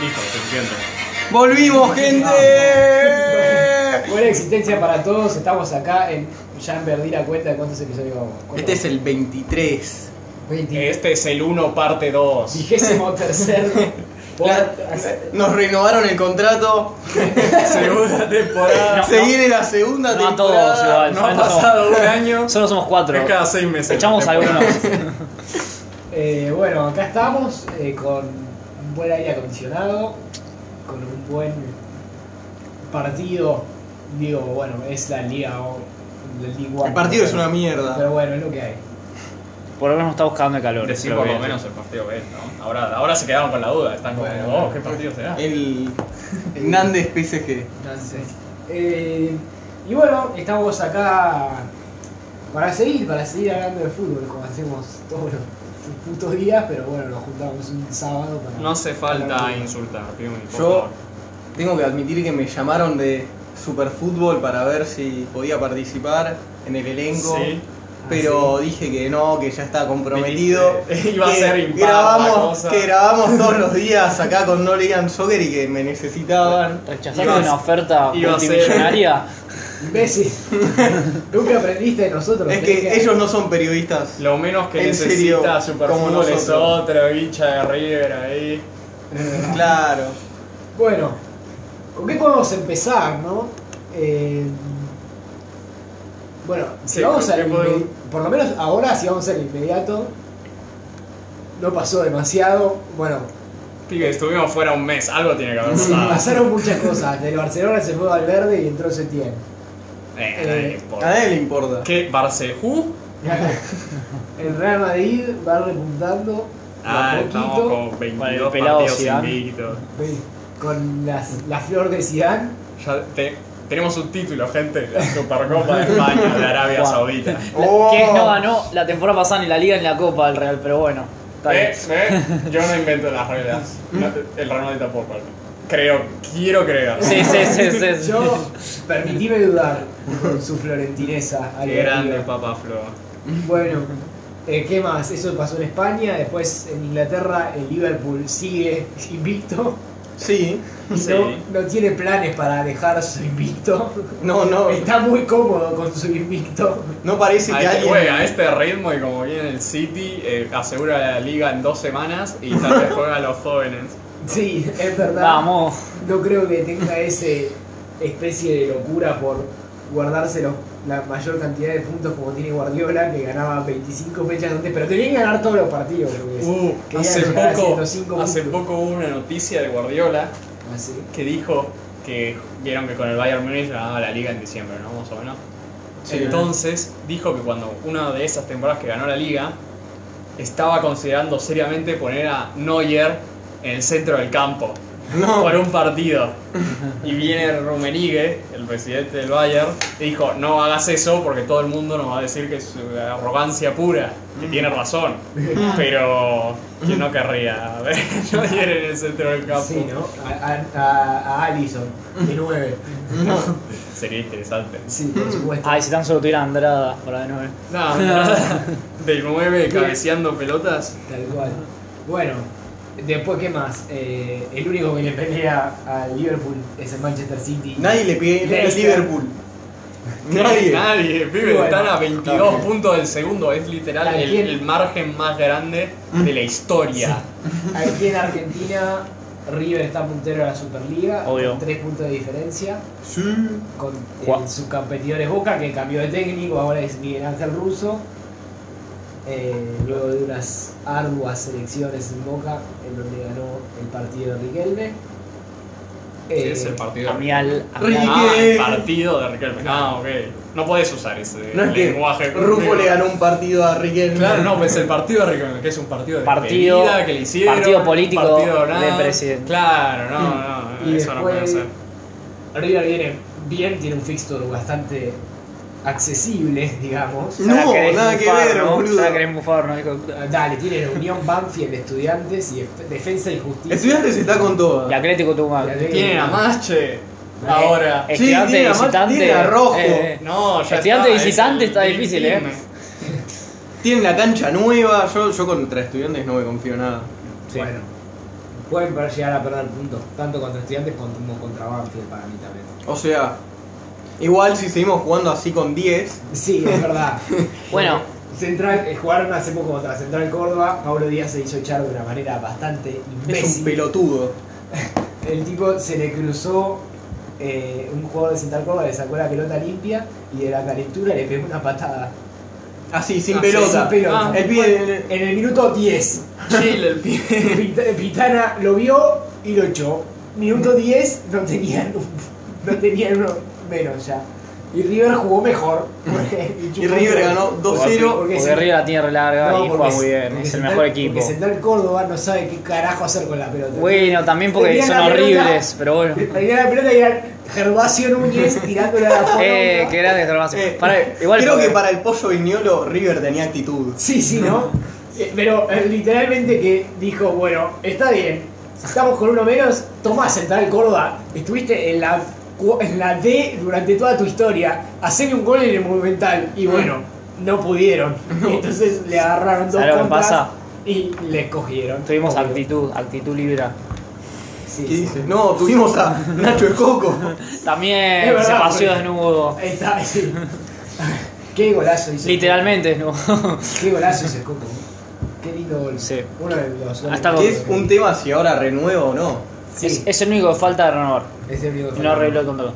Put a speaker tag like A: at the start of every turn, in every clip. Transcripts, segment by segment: A: Listo, suficiente.
B: ¡Volvimos, gente!
C: Buena existencia para todos, estamos acá en. Ya perdí la cuenta de cuántos episodios vamos. ¿Cuántos?
B: Este es el 23.
C: 20,
A: Este es el 1 parte 2.
C: vigésimo tercer.
B: La- nos renovaron el contrato.
A: Segunda temporada.
B: Seguir en la segunda
D: No a
B: temporada.
D: todos, igual.
A: Ah,
B: no ha
D: Falta
B: pasado un año.
D: Solo somos cuatro.
A: Es cada 6 meses.
D: Echamos
A: Temporada.
D: algunos.
C: Eh, bueno, acá estamos eh, con un buen aire acondicionado, con un buen partido. Digo, bueno, es la liga o la Liga One,
B: El partido
C: pero-
B: es una mierda.
C: Pero bueno, es lo que hay.
D: Por lo menos está buscando de calor.
A: Decir
D: creo
A: por
D: que
A: lo
D: es.
A: menos el partido B, ¿no? Ahora, ahora se quedaron con la duda. Están como,
C: Bueno.
A: oh, ¿qué partido será?
B: El Hernández PSG.
C: Entonces, eh, y bueno, estamos acá para seguir, para seguir hablando de fútbol, como hacemos todos los putos días, pero bueno, nos juntamos un sábado para...
A: No hace falta
C: para-
A: insultar, pibe, por
B: Yo
A: favor.
B: tengo que admitir que me llamaron de Superfútbol para ver si podía participar en el elenco.
A: Sí.
B: Pero
D: Ah,
B: dije que no, que ya estaba comprometido.
A: Dijiste, iba a
B: que
A: ser impar la
B: grabamos,
A: cosa.
B: que grabamos todos los días acá con No Legan Soccer y que me necesitaban.
D: ¿Rechazaste
A: Ibas-
D: una oferta
A: ibas a ser-
D: multimillonaria?
C: Imbécil, nunca aprendiste de nosotros. ¿eh?
B: Es
C: tenés
B: que ellos no son periodistas.
A: Lo menos que
B: En serio,
A: necesita Superfútbol
B: como
A: es
B: nosotros.
A: otro hincha de River ahí.
B: Claro.
C: Bueno, ¿con qué podemos empezar, no? Eh, bueno, si
A: Sí,
C: vamos
A: ¿con
C: a
A: qué podemos?
C: por lo menos ahora si vamos al inmediato, no pasó demasiado, bueno,
A: Pibe, estuvimos fuera un mes, algo tiene que haber
C: Sí,
A: pasado.
C: pasaron muchas cosas. Del Barcelona se fue al verde y entró Setién.
A: Eh, nadie le
B: A
A: importa.
B: nadie le importa.
A: ¿Qué? ¿Barcejú?
C: El Real Madrid va repuntando
A: Ah,
C: de a
A: estamos
C: poquito,
A: con 22
D: Bueno, el pelado
A: partidos
D: Zidane.
A: invictos.
C: con las- la flor de Zidane.
A: Ya te- tenemos un título, gente. La Supercopa de España, de Arabia
D: Guau.
A: Saudita.
D: La-
B: Oh.
D: Que no ganó la temporada pasada ni la Liga ni la Copa del Real, pero bueno. Está bien.
A: Eh, eh, yo no invento las reglas. No, el Real Madrid tampoco. Creo, quiero creer.
D: Sí, sí, sí, sí. sí.
C: Yo permitíme dudar con su florentinesa. ahí
A: Qué
C: arriba.
A: grande, Papá Flo.
C: Bueno, eh, ¿qué más? Eso pasó en España. Después en Inglaterra el Liverpool sigue invicto.
B: Sí.
C: Y
A: Sí.
C: no, no tiene planes para dejar su invicto.
B: No, no.
C: Está muy cómodo con su invicto.
B: No parece que
A: Ahí
B: alguien.
A: juega a este ritmo y como viene el City, eh, asegura la liga en dos semanas y tal vez juega a los jóvenes.
C: Sí, es verdad.
D: Vamos.
C: No creo que tenga ese especie de locura por guardarse los- la mayor cantidad de puntos como tiene Guardiola, que ganaba 25 fechas antes, pero tenía que ganar todos los partidos. porque es-
A: Uh,
C: Quería
A: hace
C: llegar a
A: poco,
C: 105
A: hace
C: puntos. Ah,
A: poco hubo una noticia de Guardiola
C: así.
A: que dijo que vieron que con el Bayern Múnich ganaba la liga en diciembre, ¿no? Más o menos.
B: Sí.
A: Entonces dijo que cuando una de esas temporadas que ganó la liga, estaba considerando seriamente poner a Neuer en el centro del campo por un partido. Y viene Rummenigge, el presidente del Bayern, y dijo, no hagas eso porque todo el mundo nos va a decir que es una arrogancia pura, que tiene razón. Pero yo no querría ver a Neuer en el centro del campo.
C: Sí, ¿no? A, a, a- a Alisson, de 9.
A: Sería interesante.
C: Sí, por supuesto.
D: Ay, si tan solo tuviera Andrada para de nueve.
A: No, del 9 cabeceando pelotas.
C: Tal cual. Bueno, después, ¿qué más? Eh, el único que le pelea al Liverpool es el Manchester City.
B: Nadie le pide al
C: Leicester.
B: Liverpool.
A: Nadie.
B: Nadie.
A: Nadie, pibe,
C: Bueno,
A: están a 22
B: está bien.
A: puntos del segundo, es literal el,
C: También.
A: el margen más grande de la historia.
C: Aquí en Argentina, River está puntero de la Superliga,
D: Obvio.
C: con 3 puntos de diferencia,
B: Sí.
C: con eh,
D: Juan.
C: sus competidores Boca, que cambió de técnico, ahora es Miguel Ángel Russo. Eh, luego de unas arduas elecciones en Boca, en donde ganó el partido de Riquelme.
A: Sí,
C: Eh,
A: es el partido.
D: A mí al. a mí al-
A: Ah,
B: Riquelme.
A: el partido de Riquelme. Ah, ok. No podés usar ese
B: No es que
A: lenguaje.
B: Rufo le ganó un partido a Riquelme.
A: Claro, no, pues el partido de Riquelme, que es un partido de
D: Partido-
A: despedida que le hicieron.
D: partido político
A: partido nada.
D: del presidente.
A: Claro, no, no,
C: Y
A: eso no puede
C: después-
A: ser.
C: River viene bien, tiene un fixture bastante accesible, digamos.
D: ya la
B: No,
D: querés
B: nada que
D: bufar,
B: ver,
D: ¿no?
B: boludo.
D: Ya la querés bufar, ¿no? Hijo de puta.
C: Dale, tiene la Unión Banfield, Estudiantes y Def- Defensa y Justicia.
B: Estudiantes está con todo.
D: Y Atlético Tucumán.
C: Y
A: Tienen a Mache. Ahora.
B: eh.
D: Estudiante
B: tiene a Mat-
D: visitante. Eh,
B: tiene a Rojo.
A: No, ya
D: Estudiante
A: está,
D: visitante
A: es el
D: está difícil, eh.
A: Riquelme.
B: Tienen la cancha nueva. Yo, yo contra estudiantes no me confío nada.
D: Sí.
C: Bueno, pueden per- llegar a perder puntos, tanto contra estudiantes como contra Banfield para mí también.
B: O sea, igual si seguimos jugando así con 10,
C: Sí, es verdad.
D: Bueno.
C: Central, eh, jugaron hace poco contra Central Córdoba, Pablo Díaz se hizo echar de una manera bastante
B: es un
C: imbécil.
B: pelotudo.
C: El tipo se le cruzó eh, un jugador de Central Córdoba, le sacó la pelota limpia y de la calentura le pegó una patada.
B: Así, sin
A: Ah, sí,
B: pelota.
C: Sin pelota.
A: Ah,
B: el pibe.
C: En el minuto 10,
A: Chill el pibe.
C: Pita- Pitana lo vio y lo echó. Minuto 10 no tenían, un- no tenían uno menos ya. Y River jugó mejor. porque-
B: Y River ganó 2-0.
C: Porque
D: Porque
C: se-
D: River la tiene re larga
C: No,
D: y
C: porque
D: juega muy bien,
C: porque
D: es el
C: Central-
D: mejor equipo.
C: Porque Central Córdoba no sabe qué carajo hacer con la pelota.
D: Bueno, también porque
C: Tenía
D: son
C: la pelota.
D: horribles, pero bueno.
C: Tenía la pelota y era Gervasio Núñez tirándola a la poronga.
D: Eh, qué grande Gervasio.
B: eh,
D: Pará, igual
B: creo
D: porque-
B: que para el pollo viñolo River tenía actitud.
C: Sí, sí, ¿no? Eh, Pero eh, literalmente que dijo, bueno, está bien, estamos con uno menos, tomá Central Córdoba, estuviste en la, cu- en la D durante toda tu historia, haceme un gol en el Monumental,
D: Mm.
C: y bueno, no pudieron. Y entonces le agarraron dos
D: ¿Sabes lo que
C: contras
D: pasa?
C: y les cogieron.
D: Tuvimos
C: Obvio.
D: actitud, actitud libra.
C: Sí,
B: ¿Qué
C: sí.
B: dices? No, tuvimos a Nacho Escoco.
D: También
C: Es verdad,
D: se paseó
C: porque-
D: desnudo.
C: Ahí está, sí. Qué golazo hizo.
D: Literalmente desnudo.
C: Qué golazo hizo el Coco. Qué lindo gol.
D: Sí.
C: Uno de los. goles
D: Hasta
C: más-
B: Que es un tema si ahora renueva o no.
C: Sí,
D: Es, es el único que falta de renovar.
C: es el único que
D: Y no
C: falta.
D: arregló el contrato.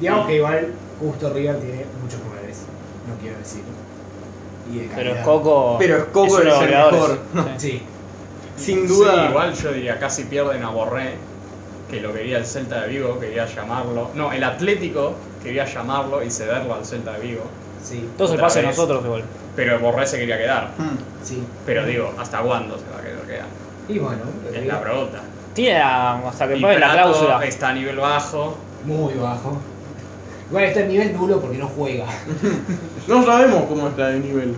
C: Digamos que igual Justo River tiene muchos jugadores, no quiero decirlo. Y de
D: Pero
C: calidad.
D: Coco.
B: Pero Escoco
D: uno de los
B: es el
D: goleadores.
B: mejor.
D: Sí.
C: Sí.
B: Sin duda.
A: Sí, igual yo diría, casi pierden a Borré, que lo quería el Celta de Vigo, quería llamarlo. No, el Atlético quería llamarlo y cederlo al Celta de Vigo.
C: Sí.
D: Todo se
A: Otra
D: pasa de
A: vez.
D: nosotros igual.
A: Pero Borré se quería quedar.
B: Mm.
C: Sí.
A: Pero digo, ¿hasta cuándo se va a querer quedar?
C: Y bueno, eh,
A: Es la pregunta.
D: Tiene la- hasta que
A: Y
D: pague la
A: Prato
D: cláusula.
A: está a nivel bajo.
C: muy bajo. Igual está en nivel nulo porque no juega.
B: No sabemos cómo está el nivel.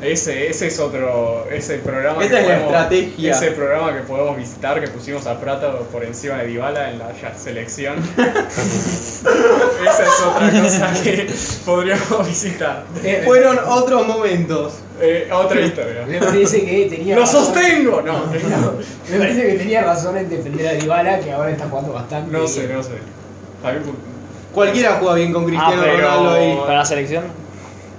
A: Ese, ese es otro. Ese programa.
B: Esta
A: que
B: es la estrategia.
A: Ese programa que podemos visitar, que pusimos a Prato por encima de Dybala en la ya- selección. Esa es otra cosa que podríamos visitar.
C: Eh,
B: Fueron otros momentos.
A: Eh, otra historia.
C: Me parece que tenía.
A: ¡Lo
C: razón-
A: sostengo! No, no,
C: Me parece que tenía razón en defender a Dybala, que ahora está jugando bastante.
A: no
C: bien.
A: sé, no sé. A mí,
B: Cualquiera juega bien con Cristiano
D: Ah, pero-
B: Ronaldo
D: Para la selección.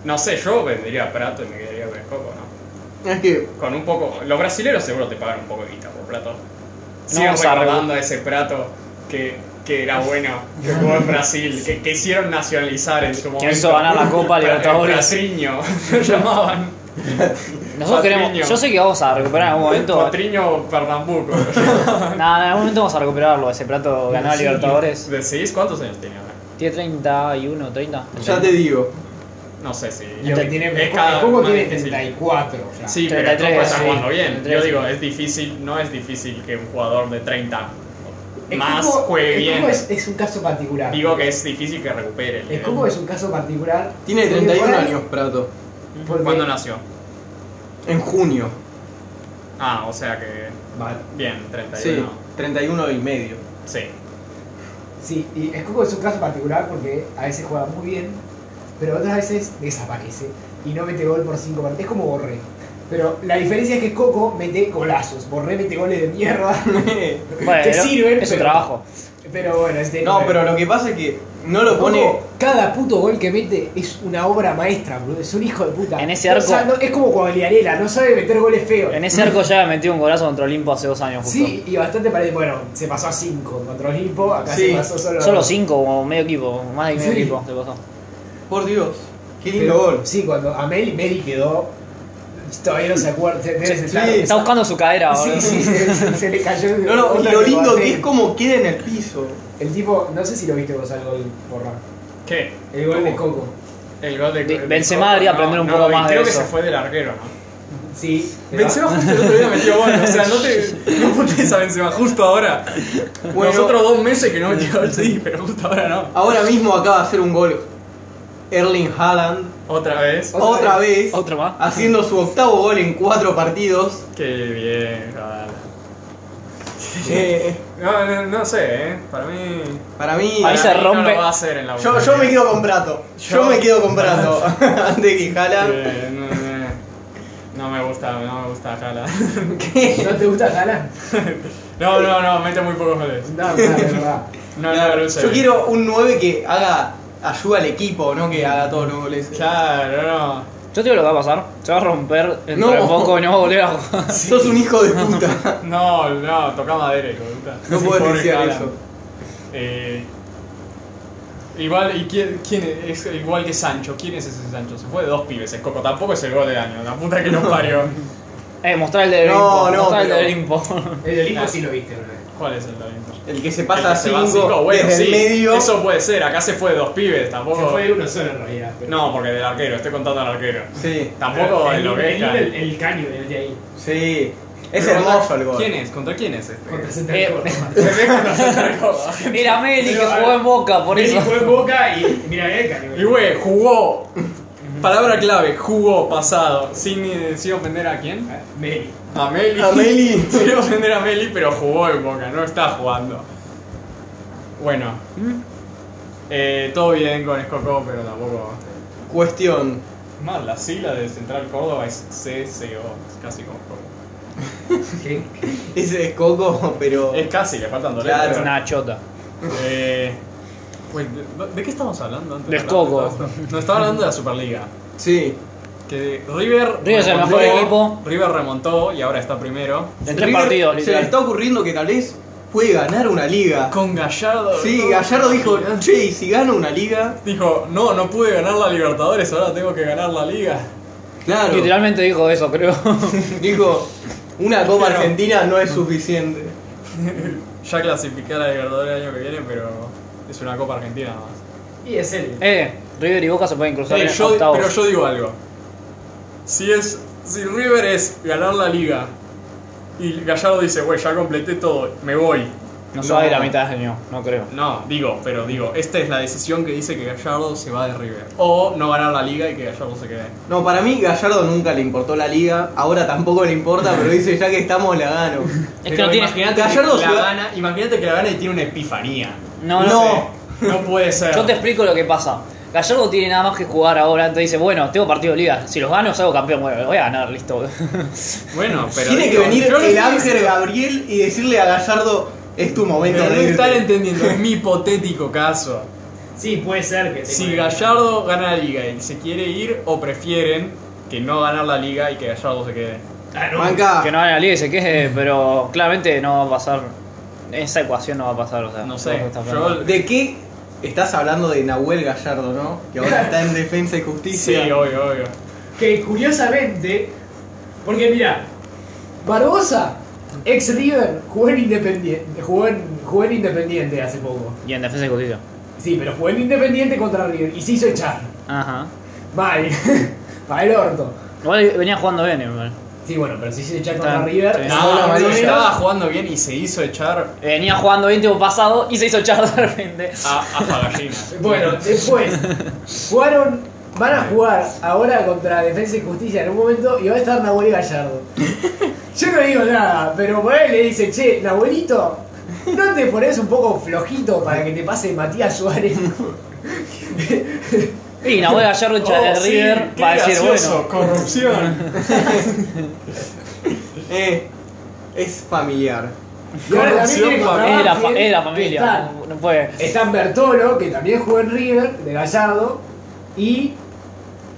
A: No sé, yo vendría a Prato y me quedaría con Escoco, ¿no?
B: y. Es que.
A: Con un poco. Los brasileños seguro te pagan un poco de guita por Prato. Sigo
D: No, o sea,
A: recordando a ese Prato que, que era bueno, que jugó en Brasil, que, que hicieron nacionalizar en su momento.
D: hizo ganar la Copa
A: Pra-
D: Libertadores.
A: Patriño, lo llamaban.
D: Nosotros
A: Patriño.
D: queremos. Yo sé que vamos a recuperar en algún momento.
A: Patriño Pernambuco.
D: Nada, en algún momento vamos a recuperarlo. Ese plato ganó a
C: Sí.
D: Libertadores.
A: ¿Decís cuántos años tenía? ahora?
D: Tiene 31, 30.
B: Ya te digo.
A: No sé si.
C: Lo que tiene.
A: Es cada
C: Coco
A: vez más
C: tiene
A: difícil.
C: 34 ya.
A: Sí, pero
D: 33,
A: Coco está
D: sí,
A: jugando bien.
D: 33.
A: Yo digo, es difícil, no es difícil que un jugador de 30
C: El
A: más
C: Coco-
A: juegue
C: el
A: bien.
C: Coco es, es un caso particular.
A: Digo que es difícil que recupere el
C: El
A: nivel.
C: Coco es un caso particular.
B: Tiene
C: porque
B: 31
C: por ahí-
B: años, Prato.
C: porque-
A: ¿Cuándo nació?
B: En junio.
A: Ah, o sea que.
C: Vale.
A: Bien,
B: Sí,
A: 31.
B: 31 y medio.
A: Sí.
C: Sí, y Escoco es un caso particular porque a veces juega muy bien, pero otras veces desaparece y no mete gol por cinco partidos. Es como Borré. Pero la diferencia es que Coco mete golazos. Borré mete goles de mierda.
D: Bueno,
C: Te
D: pero
C: sirven,
D: es su
C: pero-
D: trabajo.
C: Pero bueno, este.
B: no, pero lo que pasa es que no lo
C: Coco,
B: pone.
C: Cada puto gol que mete es una obra maestra, boludo. Es un hijo de puta.
D: En ese
C: O
D: arco-
C: sea, no- es como Guagliarela, no sabe meter goles feos.
D: En ese arco ya metió un golazo contra Olimpo hace dos años justo.
C: Sí, y bastante parecido. Bueno, se pasó a 5 contra Olimpo, acá
B: Sí,
C: se pasó solo a
D: Solo
C: dos.
D: cinco o medio equipo, más de medio
C: Sí.
D: equipo se pasó.
B: Por Dios. Qué
C: Pero-
B: lindo gol.
C: Sí, cuando Amel y Meli quedó. Todavía no se acuerda. se- debe estar-
B: sí,
D: Está buscando su cadera ahora.
C: Sí, sí, se, se- se le cayó. el-
B: No, no, y
C: otra
B: lo
C: que
B: lindo
C: guardé.
B: que es como queda en el piso.
C: El tipo, no sé si lo viste vos al gol, porra.
A: ¿Qué?
C: El gol de Coco.
A: El gol de.
D: Di-
A: de-
D: Benzema
A: de-
D: debería
A: no,
D: aprender un
A: no,
D: poco
A: y
D: más de
A: creo
D: eso.
A: que se fue del arquero, ¿no?
C: Sí. pero-
A: Benzema justo el otro día metió gol. O sea, no te. No putes a Benzema justo ahora.
B: Bueno.
A: Nosotros dos meses que no metió gol, sí, pero justo ahora no.
B: Ahora mismo acaba de hacer un gol. Erling Haaland,
A: Otra vez.
C: Otra
B: otra, vez,
D: Otro más.
B: haciendo su octavo gol en cuatro partidos.
A: Qué bien, Haaland.
B: Eh,
A: No, no, no sé, ¿eh? Para mí.
B: para mí,
D: Ahí se
A: para mí No
D: rompe.
A: lo va a hacer en la
B: yo, yo me quedo con Prato. Yo,
A: Yo-
B: me quedo con Prato. Antes que Haaland.
A: Eh, no, no, no me gusta, no me gusta Haaland.
C: ¿No te gusta Jala?
A: No, no, no, mete muy pocos goles.
C: No, no, es verdad.
A: No, no, no,
B: Yo quiero un 9 que haga ayuda al equipo, no que haga todos los goles.
A: Claro, no.
D: Yo te digo lo que va a pasar. Se va a romper en
B: No.
D: poco y no va a volver a jugar.
B: Sos un hijo de puta.
A: No, no, toca madera, hijo de puta.
B: No
A: Sí,
B: puedes
A: pobre
B: desear
A: Haaland.
B: eso.
A: Eh, igual, ¿y quién, quién es? es Igual que Sancho. ¿Quién es ese Sancho? Se fue de dos pibes, es Coco. Tampoco es el gol del año, la puta que nos parió.
D: Eh, mostrar el de
B: No,
D: Olimpo,
B: no,
D: mostrar el
B: pero-
D: de Olimpo.
C: El del Inco sí lo viste, bro.
A: ¿Cuál es el talento?
B: El que se pasa a
A: El que se va
B: 5
A: Este, bueno,
B: desde
A: sí,
B: el medio.
A: Eso puede ser, acá se fue de dos pibes, tampoco.
C: Se fue uno solo en realidad. pero-
A: Oh. No, porque del arquero, estoy contando al arquero.
B: Sí,
A: Tampoco
C: el,
A: es lo que
C: el, el, el caño de ahí.
B: Eh, sí. Es
A: Pero
B: hermoso
A: contra-
B: el gol.
A: ¿Quién es? ¿Contra quién es este?
C: Contra
D: Eh,
C: Central Córdoba.
D: Mira Meli que
C: Pero,
D: jugó en Boca, por
C: Messi
D: eso.
C: fue en Boca y mira eh, el caño.
A: Y güey, jugó. Palabra clave, jugó pasado. Sin, eh, sin ofender a quién?
C: Meli.
A: A Meli.
B: A Meli.
A: sin ofender a Meli, pero jugó en Boca, no está jugando. Bueno.
B: Mm.
A: Eh, todo bien con Escoco, pero tampoco.
B: Cuestión.
A: Más, la sigla de Central Córdoba es CCO, es casi como Coco.
C: ¿Qué?
B: Ese es Coco, pero.
A: Es casi, le faltan dos
B: Claro.
A: letras.
D: Una chota.
A: Eh, güey, ¿de, de qué estamos hablando antes?
D: De Escoco.
A: Nos estaba hablando de la Superliga.
B: Sí.
A: Que River.
D: River es el
A: remontó,
D: mejor equipo.
A: River remontó y ahora está primero.
D: En tres partidos,
B: Se le
D: literal.
B: está ocurriendo que tal vez puede ganar una liga.
A: Con Gallardo.
B: Sí,
A: ¿no?
B: Gallardo dijo, che, y si gano una liga,
A: Dijo, no, no pude ganar la Libertadores, ahora tengo que ganar la Liga.
B: claro.
D: Literalmente dijo eso, creo.
B: Dijo, una Copa
A: Claro.
B: Argentina no es suficiente.
A: Ya clasificé a la Libertadores el año que viene, pero es una Copa Argentina nada más.
C: Y es él.
D: Eh, River y Boca se pueden cruzar
A: Eh,
D: en
A: yo-
D: octavos.
A: pero yo digo algo. Si es. Si River es ganar la Liga y Gallardo dice, güey, ya completé todo, me voy.
D: No se va a ir a
B: No.
D: mitad de año, no creo.
A: No, digo, pero digo, esta es la decisión que dice que Gallardo se va de River. O no ganar la liga y que Gallardo se quede.
B: No, para mí Gallardo nunca le importó la liga, ahora tampoco le importa, pero dice, ya que estamos, la gano.
D: Es que no tiene-
A: imagínate
B: Gallardo
A: que la
B: se va-
A: gana, imagínate que la gana y tiene una epifanía.
D: No, no.
B: No.
D: sé.
A: No puede ser.
D: Yo te explico lo que pasa. Gallardo tiene nada más que jugar ahora, entonces dice, bueno, tengo partido de liga, si los gano salgo campeón, bueno, los voy a ganar, listo.
A: Bueno, pero
B: Tiene que
A: digo,
B: venir
A: yo no
B: el
A: sé-
B: Ángel Gabriel y decirle a Gallardo, es tu momento
A: Pero no
B: de irte".
A: están entendiendo, es mi hipotético caso.
C: Sí, puede ser que tenga-
A: Si Gallardo gana la liga y se quiere ir o prefieren que no ganar la liga y que Gallardo se quede.
C: Ah, no.
B: Manca,
D: Que no gane la liga y se queje, pero claramente no va a pasar, esa ecuación no va a pasar, o sea.
A: No sé,
D: está
A: yo-
D: planteado.
B: ¿de qué estás hablando de Nahuel Gallardo, no? Que ahora está en Defensa y
A: Sí,
B: Justicia.
A: obvio, obvio.
C: Que curiosamente. Porque mira, Barbosa, ex River, jugó en Independiente. Jugó en, jugó en Independiente hace poco.
D: Y en defensa y justicia.
C: Sí, pero jugó en Independiente contra River y se hizo echar.
D: Ajá.
C: Mal. Para el orto.
D: Igual venía jugando bien, igual.
C: Sí, bueno, pero se hizo echar contra
D: Está-
C: River.
D: sí.
C: se
A: No,
C: fue a la
B: una
A: no
B: amarilla.
A: estaba jugando bien y se hizo echar
D: Venía jugando bien tiempo pasado y se hizo echar de repente.
A: a, a Fagallina.
C: Bueno, después jugaron, van a jugar ahora contra Defensa y Justicia en un momento y va a estar Nahuel Gallardo. Yo no digo nada, pero por ahí le dice, che, Nahuelito, ¿no te pones un poco flojito para que te pase Matías Suárez?
D: Y Nahuel Gallardo hincha de
A: Oh, sí,
D: River
A: qué
D: va a decir,
A: gracioso,
D: bueno.
A: corrupción.
B: Eh, es familiar.
C: Y ahora también
A: Corrupción,
C: tiene
A: papá.
D: Es de
C: contra
D: la, fa-
C: Banfield,
D: es de la
C: que
D: familia,
C: está-
D: no, no puede.
C: Están Bertolo, que también jugó en River, de Gallardo, y...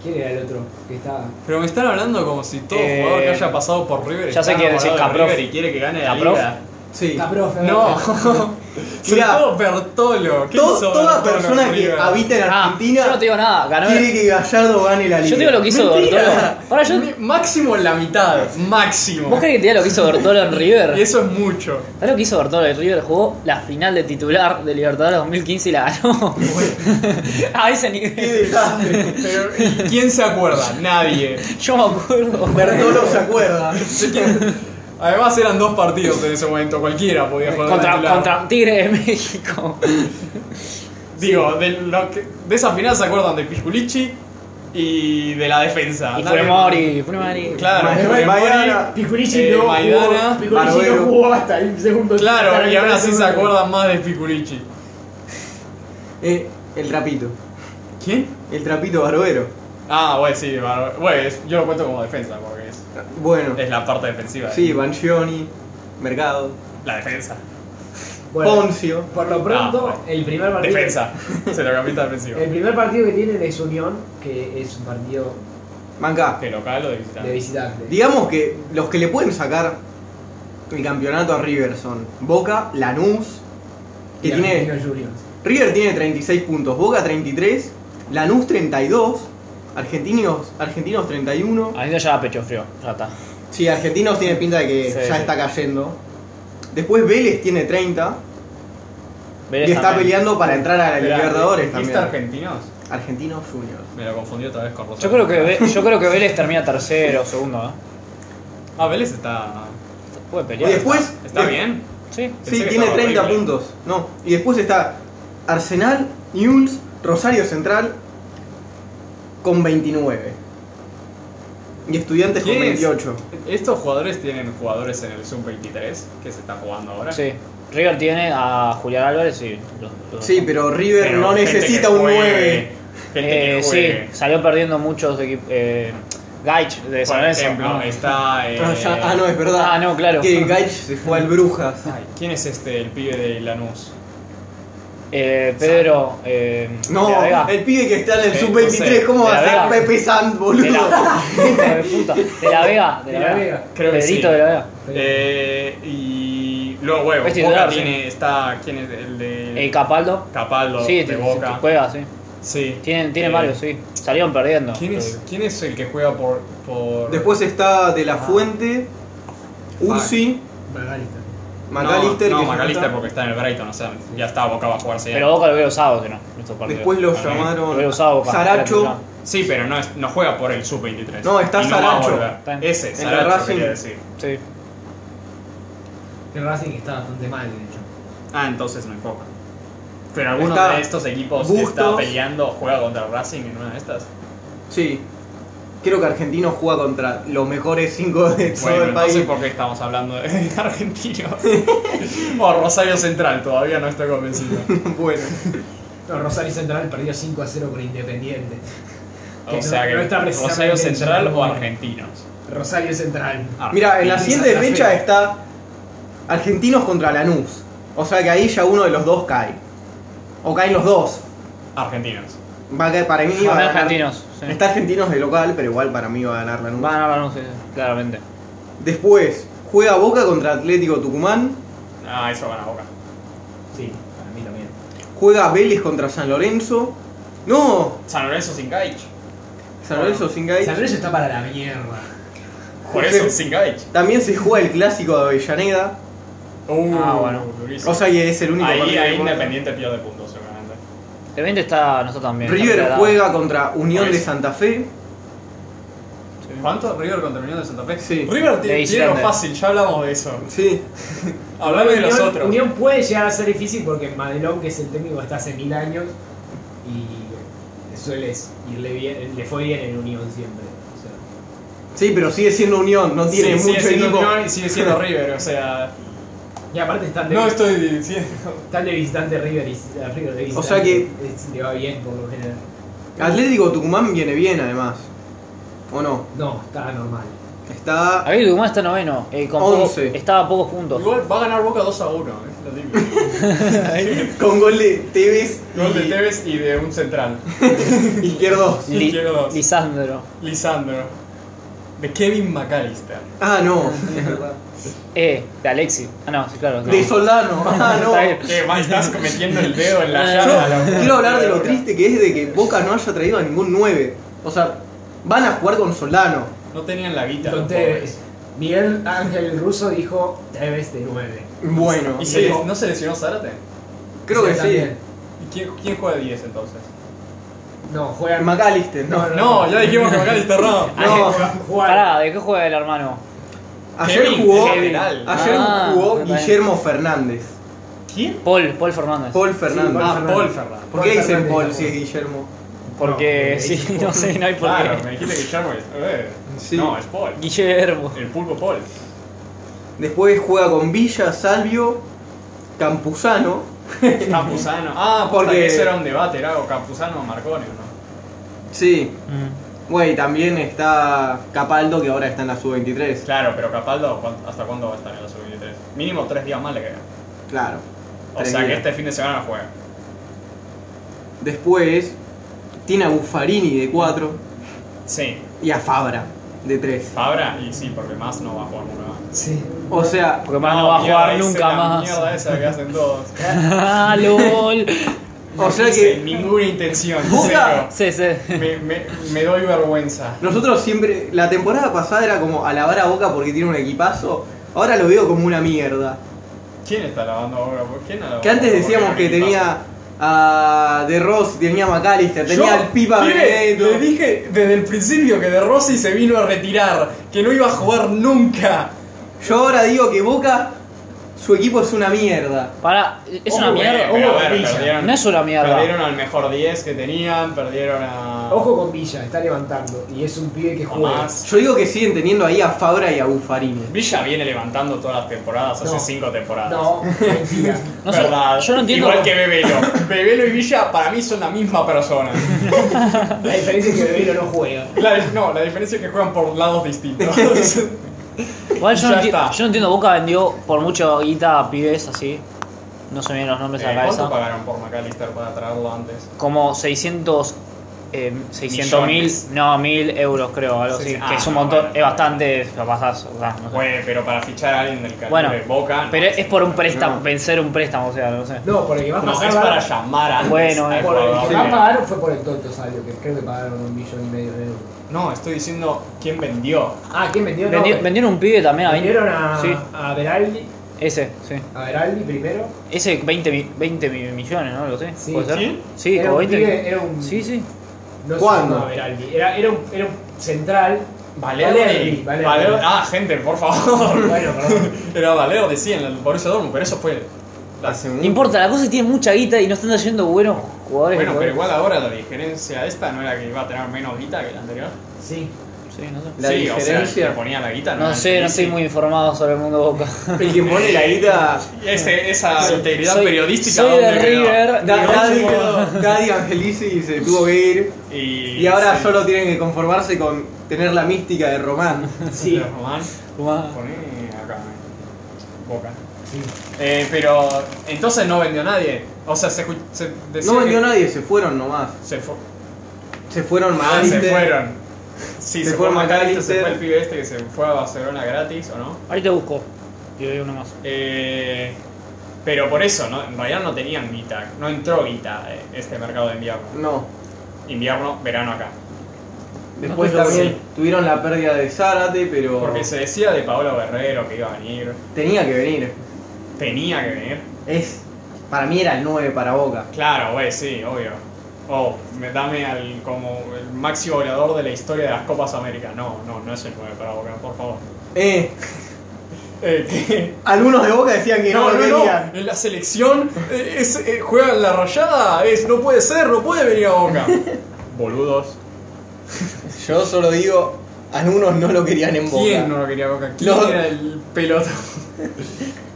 C: ¿Quién era el otro que estaba?
A: Pero me están hablando como si todo
D: Eh,
A: jugador que haya pasado por River
D: ya sé
A: está
D: quién decís,
A: enamorado de
D: Caprof.
A: River y quiere que gane la
D: Caprof.
A: liga.
B: Sí.
A: Ah,
C: Está profe.
A: No, soy
B: Mirá,
A: todo Bertolo. ¿Qué
B: To-
A: hizo
B: toda
A: Bertolo en
B: persona que
A: River?
B: habita en
D: Ah,
B: Argentina
D: yo no te digo nada, ganó.
B: quiere que Gallardo gane la liga.
D: Yo te digo lo que hizo
A: Mentira.
D: Dortolo. Ahora yo.
A: Mi- Máximo en la mitad, máximo.
D: ¿Vos crees que te diga lo que hizo Dortolo en River?
A: Y eso es mucho.
D: ¿Sabés lo que hizo Bertolo de River? Jugó la final de titular de Libertadores 2015 y la ganó. A ese
B: Qué
D: nivel.
B: desastre.
A: Pero, ¿y ¿Quién se acuerda? Nadie.
D: Yo me acuerdo.
B: Bertolo se acuerda.
A: Además eran dos partidos en ese momento, cualquiera podía jugar. de
D: Contra,
A: titular.
D: contra Tigre de México.
A: Digo, de, lo que- de esa final se acuerdan de Pisculichi y de la defensa.
B: Ah,
D: Y
A: Nadie-
D: Funemori, Funemori.
A: Claro,
B: Ma-
A: Funemori,
B: Maidana.
C: Piculici
A: eh,
C: no jugó,
A: Maidana.
C: Piculici
B: Barbero.
C: no jugó hasta el segundo hasta
A: Claro,
C: la
A: y aún
C: mitad
A: así
C: del
A: se
C: segundo.
A: acuerdan más de Piculichi.
B: Eh, el trapito.
A: ¿Quién?
B: El trapito barbero.
A: Ah, bueno, sí, Bar- bueno, es- yo lo cuento como defensa porque es,
D: Eh.
B: Bueno,
A: es la parte defensiva.
B: sí, Banchioni, Mercado.
A: La defensa.
C: Bueno,
B: Poncio.
C: por lo pronto,
A: Ah, bueno.
C: el primer partido.
A: Defensa. Centrocampista defensivo.
C: El primer partido que tienen es Unión, que es un partido
B: Manca.
A: ¿De local o de
C: de
A: visitante?
C: visitante.
B: Digamos que los que le pueden sacar el campeonato a River son Boca, Lanús, que
C: Y
B: tiene.
C: Argentinos Juniors.
B: River tiene 36 puntos, Boca 33, Lanús 32, Argentinos, Argentinos 31.
D: A mí ya da pecho frío, ya está.
B: Sí, Argentinos tiene pinta de que
D: Sí,
B: ya
D: sí.
B: está cayendo. Después Vélez tiene 30
D: Vélez
B: y está
D: también.
B: peleando para entrar a la
A: Esperá,
B: Libertadores
A: ¿dijiste
B: también.
A: argentinos?
B: Argentinos Juniors.
A: Me lo confundí otra vez con Rosario.
D: Yo creo, que Ve- yo creo que Vélez termina tercero, segundo, ¿no?
A: Ah, Vélez está.
D: Puede
B: Y
D: pelear.
B: después.
A: ¿Está
B: de-
A: bien?
D: Sí.
A: Pensé
B: Sí,
A: que
B: tiene
A: estaba
B: 30
A: horrible.
B: puntos. No. Y después está Arsenal, Newell's, Rosario Central con 29. Y Estudiantes con
A: ¿Quién es?
B: 28.
A: ¿Estos jugadores tienen jugadores en el Sub-23 que se está jugando ahora?
D: Sí. River tiene a Julián Álvarez y los, los-
B: Sí, pero River
A: Pero
B: no
A: gente
B: necesita
A: que
B: un
A: juegue,
B: 9.
A: Gente
D: Eh,
A: que
D: sí,
A: juegue.
D: salió perdiendo muchos equipos. Eh, Gaich de San
A: Por
D: Lorenzo.
A: ejemplo,
D: ¿no?
A: está. eh,
B: Ah, ya- ah, no, es verdad.
D: Ah, no, claro.
B: Que Gaich se fue al Brujas.
A: ay, ¿Quién es este, el pibe de Lanús?
D: Eh, Pedro. Eh, de la Vega.
B: No, el pibe que está en el
A: Eh,
B: sub-23,
A: no sé,
B: ¿cómo
D: de
B: va
D: la
B: a ser
D: Vega.
B: Pepe Sand,
D: De
B: boludo?
D: la, hijo de puta. De la Vega. De,
C: De
D: la
C: la
D: Vega.
C: Vega.
A: Creo que
D: Pedrito
A: sí.
D: de la Vega.
A: Eh, y luego, bueno,
D: Es
A: Boca
D: titular, sí.
A: tiene, está, ¿quién es el de
D: Eh, Capaldo.
A: Capaldo
D: Sí,
A: de
D: t-
A: Boca?
D: juega, sí.
A: Sí.
D: Tienen, tienen
A: Eh,
D: varios, sí. Salieron perdiendo.
A: ¿quién es, ¿Quién es el que juega por, por...
B: Después está De La Fuente, Ursi,
C: Margarita.
B: McAllister.
A: No,
B: que
A: no
B: ya
A: McAllister
B: está.
A: porque está en el Brighton, o sea, ya está, Boca va a jugarse.
D: Pero Boca lo hubiera usado, que no. en estos partidos.
B: Después lo
A: Ok.
D: Lo hubiera
B: llamaron
D: usado Boca.
B: Saracho.
A: Sí, pero no, es- no juega por el Sub-23.
B: No, está
A: Y no va a
B: Saracho.
A: volver.
D: Está en-
A: Ese,
B: en el
A: Saracho
B: Racing.
A: quería decir.
D: Sí.
C: El Racing está bastante mal, de hecho.
A: Ah, entonces no importa. Pero alguno
B: Está
A: de estos equipos que está
B: Bustos.
A: peleando juega contra el Racing en una de estas.
B: Sí. Creo que Argentino juega contra los mejores 5 de todo
A: Bueno,
B: el
A: no sé
B: país.
A: por qué estamos hablando de argentinos. o Rosario Central, todavía no estoy convencido.
B: bueno.
C: No, Rosario Central perdió 5 a 0 con Independiente. Que
A: O
C: no-
A: sea que
C: no está precisamente
A: Rosario
C: en
A: Central
C: su
A: o
C: lugar.
A: argentinos.
C: Rosario Central.
A: Ah.
B: Mira, en la
C: y
B: siguiente
C: Ah, Santa Fe.
B: fecha está Argentinos contra Lanús. O sea que ahí ya uno de los dos cae. O caen los dos.
A: Argentinos.
B: Va a caer para mí. Va a
D: Van
B: ganar-
D: argentinos, sí.
B: Está Argentinos de local, pero igual para mí va a ganar Lanús.
D: Van a ganar, no sé, claramente.
B: Después juega Boca contra Atlético Tucumán.
A: Ah, eso van a boca.
C: Sí, para mí también.
B: Juega Vélez contra San Lorenzo. No,
A: San Lorenzo sin Gaich.
B: San Lorenzo sin Gaich.
C: San Lorenzo está para la mierda.
A: Por
B: Sí.
A: eso sin Gaich.
B: También se juega el clásico de Avellaneda.
A: Uh,
D: Ah, bueno.
A: durísimo.
B: O sea que es el único
A: ahí
B: partido
A: ahí
B: que cuenta.
A: Independiente pierde puntos, seguramente.
D: Independiente está, nosotros también. está
B: River
D: peleada.
B: juega contra Unión
A: Por
B: de
A: eso.
B: Santa Fe.
A: ¿Cuánto? River contra Unión de Santa Fe.
B: Sí.
A: River
D: De
A: tiene dinero
D: visitante.
A: fácil, ya hablamos de eso.
B: Sí.
A: Hablame de los
C: Unión,
A: otros.
C: Unión puede llegar a ser difícil porque Madelón, que es el técnico, está hace mil años y suele irle bien, le fue bien en Unión siempre. O sea,
B: Sí, pero sigue siendo Unión, no tiene
A: Sí, sigue
B: mucho
A: siendo
B: equipo.
A: Unión y sigue siendo River, o sea.
C: Y aparte están de,
A: No estoy diciendo.
C: están de visitante River y a River de visitante.
B: O sea que-
C: es- le va bien por lo general.
B: Atlético Tucumán viene bien además. ¿O no?
C: No, está normal.
B: Está.
D: Ahí Dumas está noveno. eh, con
B: Once.
D: poco- estaba a pocos puntos.
A: Igual va a ganar Boca 2 a 1, es lo típico.
B: Con gol de Tevez.
A: Gol de
B: y-
A: Tevez y de un central.
B: Izquierdo.
A: Sí, quiero dos.
D: Lisandro.
A: Lisandro. De Kevin McAllister.
B: Ah, no. es verdad.
D: Eh, de Alexi. Ah, no, sí, claro. no.
B: De Soldano. Ah, no.
D: Está bien.
A: ¿Qué más estás metiendo el dedo en la
D: Ah,
A: llave?
B: Yo quiero hablar de lo triste que es de que Boca no haya traído a ningún 9. O sea, van a jugar con Soldano.
A: No tenían la guita. los
C: Con
A: pobres.
C: Tevez. Miguel Ángel Russo dijo Tevez de 9.
B: Bueno,
A: ¿Y se
B: sí.
A: les- no se lesionó Zárate?
B: creo que sí.
C: también.
A: ¿Y quién, quién juega de 10 entonces?
C: No, juega
B: McAllister, no.
A: No, ya dijimos que McAllister Ah, no.
B: No.
D: Pará, ¿de qué juega el hermano?
B: Ayer
A: Kevin,
B: jugó,
A: Kevin.
B: ayer
D: Ah,
B: jugó
D: está bien.
B: Guillermo Fernández.
A: Ah, ¿Quién?
D: Paul, Paul Fernández.
B: Paul Fernández.
C: Paul
A: Ah,
B: Ah,
C: Fernández.
A: Paul Fernández.
B: ¿Por qué dicen
C: Fernández,
B: Paul
C: no.
B: si es Guillermo?
D: Porque
C: No,
D: sí,
C: Paul.
D: no sé, no hay por
A: Claro,
D: qué.
A: me dijiste que Guillermo es. eh,
B: Sí.
A: No, es Paul.
D: Guillermo.
A: El pulpo Paul.
B: Después juega con Villa, Salvio, Campuzano.
A: Campuzano. Ah,
B: Porque-
A: porque eso era un debate, era o Campuzano o Marcone, ¿no?
B: Sí. Mm. Güey, también está Capaldo, que ahora está en la sub-23.
A: Claro, pero Capaldo, ¿cuán- ¿hasta cuándo va a estar en la sub-23? Mínimo tres días más le quedan.
B: Claro.
A: O
B: Tres
A: sea que
B: días.
A: este fin de semana juega.
B: Después tiene a Buffarini de 4
A: Sí,
B: y a Fabra de 3.
A: Fabra y sí, porque más no va a jugar nunca más.
C: Sí.
B: O sea,
D: Porque más no, va a
A: mierda,
D: jugar
A: hice
D: nunca
A: la
D: más.
A: Mierda esa que hacen todos.
D: Ah, LOL.
B: o sea
A: Sin
B: que
A: ninguna intención,
B: Boca.
A: cero.
D: Sí, sí.
A: Me, me, me doy vergüenza.
B: nosotros siempre, la temporada pasada era como alabar a Boca porque tiene un equipazo, ahora lo veo como una mierda.
A: ¿Quién está lavando ahora? ¿Por- ¿Quién alabó?
B: Que antes
A: Porque
B: decíamos que
A: Ricky
B: tenía a De Ross, tenía a McAllister,
A: pasa.
B: tenía
A: Yo,
B: al Pipa
A: mire,
B: Benedetto.
A: Le dije desde el principio que De Rossi se vino a retirar, que no iba a jugar nunca.
B: Yo ahora digo que Boca, su equipo es una mierda.
D: Para, es una
A: Ojo,
D: mierda.
A: güey, eh, pero
C: ojo,
A: a ver,
C: Villa.
A: perdieron-
D: No es una mierda.
A: Perdieron al mejor 10 que tenían, perdieron a.
C: Ojo con Villa, está levantando. Y es un pibe que
A: a
C: juega.
A: más.
B: Yo digo que siguen teniendo ahí a Fabra y a Buffarini.
A: Villa viene levantando todas las temporadas, hace
C: No.
A: 5 temporadas.
C: No, mentira.
D: No sé,
A: Verdad.
D: yo no entiendo
A: Igual
D: cómo-
A: que Bebelo. Bebelo y Villa para mí son la misma persona.
C: La diferencia es que Bebelo no juega.
A: La- no, la diferencia es que juegan por lados distintos.
D: Pues Igual yo,
A: Ya
D: no enti-
A: está.
D: yo no entiendo, Boca vendió por mucho guita a pibes así. No se me vienen los nombres a
A: Eh,
D: la
A: ¿Cuánto
D: cabeza.
A: pagaron por McAllister para traerlo antes?
D: Como 600. Eh, 600 mil,
A: Millones.
D: no, mil euros creo, algo
A: Sí,
D: así,
A: sí.
D: que
A: Ah,
D: es un
A: no,
D: montón,
A: bueno.
D: es bastante, lo pasás, o sea, no sé.
A: Bueno, pero para fichar a alguien del calibre
D: Bueno,
A: de Boca. no,
D: pero es por un préstamo,
B: No.
D: vencer un préstamo, o sea, no sé.
C: No, por el que más
A: No, es
C: pagaron-
A: para llamar a.
D: Bueno,
A: al
D: eh.
C: por el
A: jugador.
C: que más pagaron fue por el tonto Salio, que creo que pagaron un millón y medio de euros.
A: No, estoy diciendo quién vendió.
C: Ah, ¿quién vendió? No,
D: Vendi-
C: eh,
D: vendieron un pibe también a 20.
C: Vendieron a,
D: Sí,
C: a Beraldi.
D: ese, sí.
C: A Beraldi primero.
D: Ese 20, mi- 20 mi- millones, ¿no? Lo sé.
C: Sí.
D: ¿Puede ser?
A: ¿Sí?
D: Sí,
C: Era
D: como
C: un
D: 20.
C: pibe, era un-
D: Sí, sí.
C: No se
B: ¿Cuándo?
C: llamaba Beraldi. Era, era, un, era un central.
A: Valerdi.
C: Valerdi.
A: Valerdi. Ah, gente, por favor.
C: Bueno, perdón.
A: Era Valerdi, sí, en el Borussia Dortmund, pero eso fue.
B: Hace
D: No
B: un-
D: importa, la cosa es que tiene mucha guita y no están trayendo buenos
A: Bueno,
D: jugadores.
A: pero
D: jugadores.
A: igual ahora la diferencia esta no era que iba a tener menos guita que la anterior.
C: Sí.
D: Sí, no sé.
B: La
A: sí, o sea,
B: diferencia-
A: el que ponía la guita.
D: No sé, no estoy muy informado sobre el mundo Boca.
B: El que pone la guita.
A: Ese, Este, esa integridad
D: Soy-
A: periodística.
D: Soy de
A: ¿dónde quedó?
D: River.
B: Da-
D: digo,
B: Daddy,
A: no.
B: Daddy Angelici se tuvo que ir.
A: Y,
B: Y ahora
A: sí.
B: solo tienen que conformarse con tener la mística de Román.
C: Sí.
A: Pero Román,
D: Román.
A: poné acá. eh, Boca.
C: sí.
A: Eh, pero entonces no vendió nadie. O sea, se, escu- se decía
B: No vendió
A: que-
B: nadie, se fueron nomás.
A: Se, fu-
B: Se fueron
A: ah,
B: más.
A: se fueron. Sí,
B: Se
A: se,
B: fueron
A: fue Macalister, se
B: McAllister.
A: fue el pibe este que se fue a Barcelona gratis, ¿o no?
D: Ahí te busco. Y doy uno más.
A: Eh, pero por eso, ¿no? en realidad no tenían guita. No entró guita eh, este mercado de invierno.
B: No.
A: Invierno, verano acá.
B: Después
D: No,
B: también
D: sí.
B: tuvieron la pérdida de Zárate, pero
A: Porque se decía de Paolo Guerrero que iba a venir.
B: tenía que venir.
A: Tenía que venir.
B: Es. Para mí era el 9 para Boca.
A: Claro, güey, sí, obvio. Oh, me dame al como el máximo goleador de la historia de las Copas América. No, no, no es el 9 para Boca, por favor.
B: Eh,
A: Eh, ¿qué?
B: algunos de Boca decían que no,
A: No, no,
B: lo
A: no.
B: querían.
A: En la selección eh, es, eh, juega en la rayada. Es, no puede ser, no puede venir a Boca. Boludos.
B: Yo solo digo, algunos no lo querían en Boca.
A: ¿Quién no lo quería a Boca? ¿Quién
B: No.
A: era el peloto?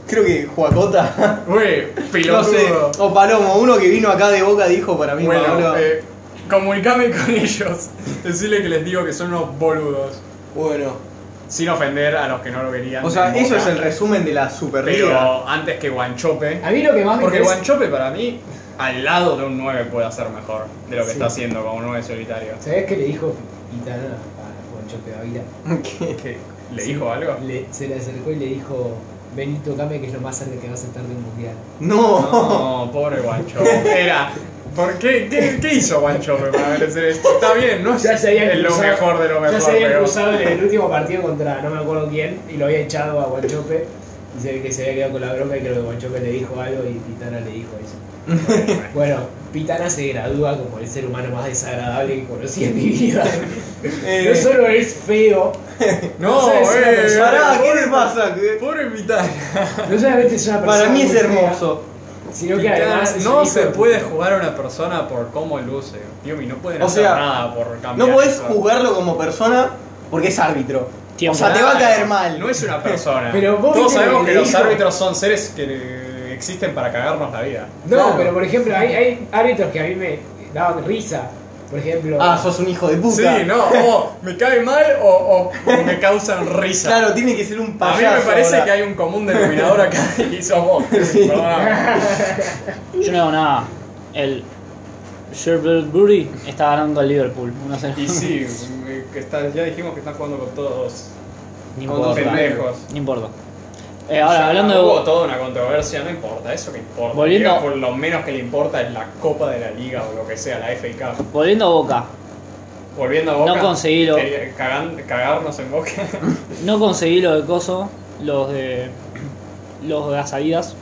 B: Creo que Juacota.
A: Güey,
B: No sé,
A: pelotudo.
B: o Palomo, uno que vino acá de Boca dijo para mí, Pablo.
A: bueno, eh, comunicame con ellos. Decirle que les digo que son unos boludos.
B: Bueno,
A: Sin ofender a los que no lo querían.
B: o sea,
A: en
B: eso
A: Boca.
B: es el resumen de la Superliga.
A: Pero antes que Guanchope.
C: A mí lo que más me
A: Porque
C: interesa-
A: Guanchope para mí, al lado de un 9 puede hacer mejor de lo que
C: Sí.
A: está haciendo como un 9 solitario.
C: ¿Sabés qué le dijo Pitana a Juancho Pedavila?
B: ¿Qué?
A: ¿Qué? ¿Le dijo algo?
C: Le- se le acercó y le dijo, vení, tocame que es lo más cerca que vas a estar de un mundial.
B: No.
A: No, pobre Guanchope. Era. ¿Por qué, qué, qué hizo Guanchope para merecer esto? Está bien, no es
C: Ya se habían
A: es lo
C: cruzado-
A: mejor de lo
C: Ya
A: mejor,
C: se habían
A: pero.
C: cruzado en el último partido contra no me acuerdo quién y lo había echado a Guanchope. Y se ve que se había quedado con la broma y creo que Guanchope le dijo algo y Pitana le dijo eso. Bueno, Pitana se gradúa como el ser humano más desagradable que conocí en mi vida.
B: Eh.
C: No solo es feo,
A: No,
C: No sé si una
A: eh,
C: persona-
B: Pará, ¿qué
A: pobre-
B: te pasa? ¿Qué?
A: Pobre Pitana.
C: no solamente es una persona.
B: Para mí es
C: muy fea,
B: hermoso.
C: Sino que además. es un
A: no
C: hijo
A: se
C: de
A: puede
C: puta.
A: jugar a una persona por cómo luce. Yumi, no pueden
B: O
A: hacer
B: sea,
A: nada por cambiar.
B: No podés
A: eso.
B: juzgarlo como persona porque es árbitro. O
D: Tiempo.
B: sea, te va a caer
A: No
B: mal.
A: es una persona.
C: Pero vos
A: Todos
C: viste lo
A: sabemos
C: que
A: que
C: le
A: los
C: dijo.
A: árbitros son seres que eh, existen para cagarnos la vida.
C: No,
B: Claro.
C: pero por ejemplo, hay, hay árbitros que a mí me daban risa. Por ejemplo.
B: Ah, sos un hijo de puta.
A: Sí, no, o me cae mal o, o- o me causan risa.
B: Claro, tiene que ser un
A: a mí
B: payaso.
A: me parece
B: ahora.
A: que hay un común denominador acá y sos vos. Perdóname.
D: Yo no hago nada. El Sherbury está ganando al Liverpool. 1-0.
A: Y sí, eh, que están- ya dijimos que están jugando con todos.
D: No
A: con dos
D: importa.
A: pendejos.
D: No importa. Eh, ahora,
A: Ya
D: hablando
A: Hubo
D: de.
A: toda una controversia, no importa, eso que importa.
D: Volviendo-
A: Creo que Por lo menos que le importa es la Copa de la Liga o lo que sea, la FA Cup.
D: Volviendo a Boca.
A: Volviendo a Boca.
D: No conseguí lo-
A: quería- cagan- cagarnos en Boca.
D: No conseguí los de Coso, los de. los de las salidas,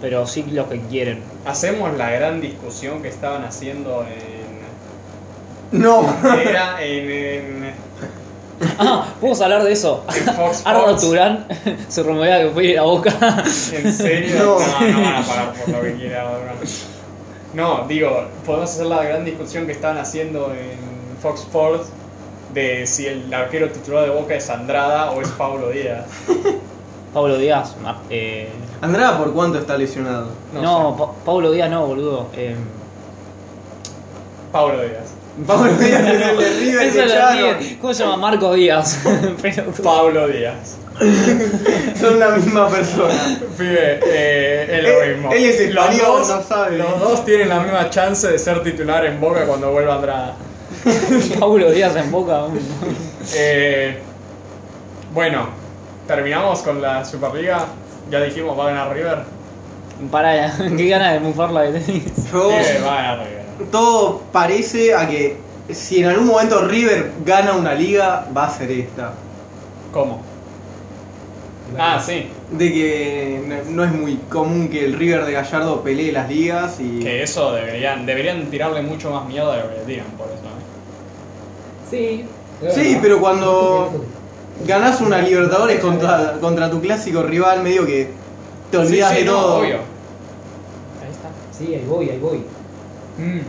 D: pero sí los que quieren.
A: Hacemos la gran discusión que estaban haciendo en.
B: No.
A: Era en. en-
D: Ah, podemos hablar de eso.
A: en Fox Sports.
D: Arno Turán se rumorea que fue a ir a Boca.
A: ¿En serio?
B: No.
A: No. no, van a pagar por lo que quiera. ahora. No, digo, podemos hacer la gran discusión que estaban haciendo en Fox Sports de si el arquero titular de Boca es Andrada o es Pablo Díaz.
D: Pablo Díaz. ma- eh,
B: Andrada, ¿por cuánto está lesionado?
A: No
D: no,
A: sé.
D: Pa- Pablo Díaz no, boludo. Eh,
A: Pablo Díaz.
B: Pablo Díaz es el de River
D: eso
B: que
D: lo
B: echaron.
D: olvidé. ¿Cómo se llama? Marco Díaz. Pero-
A: Pablo Díaz.
B: Son la misma persona.
A: Pibe, eh, es
B: Él-
A: lo mismo.
B: él es
A: Los
B: español,
A: dos-
B: no sabe.
A: Los dos tienen la misma chance de ser titular en Boca cuando vuelva Andrada.
D: Pablo Díaz en Boca.
A: Eh, bueno, terminamos con la Superliga. Ya dijimos, va a ganar River.
D: Para, qué ganas de mufarla de tenis.
B: Yo-
A: Sí, va a ganar River.
B: todo parece a que si en algún momento River gana una liga, va a ser esta.
A: ¿Cómo? Ah, sí.
B: De que no- no es muy común que el River de Gallardo pelee las ligas y.
A: Que eso deberían, deberían tirarle mucho más mierda de lo que le tiran por eso. ¿eh?
C: Sí.
B: Sí, pero cuando ganás una Libertadores contra, contra tu clásico rival, medio que te olvidas
A: Sí, sí,
B: de
A: no,
B: todo.
A: obvio.
C: Sí, ahí voy, ahí voy.
A: Mm.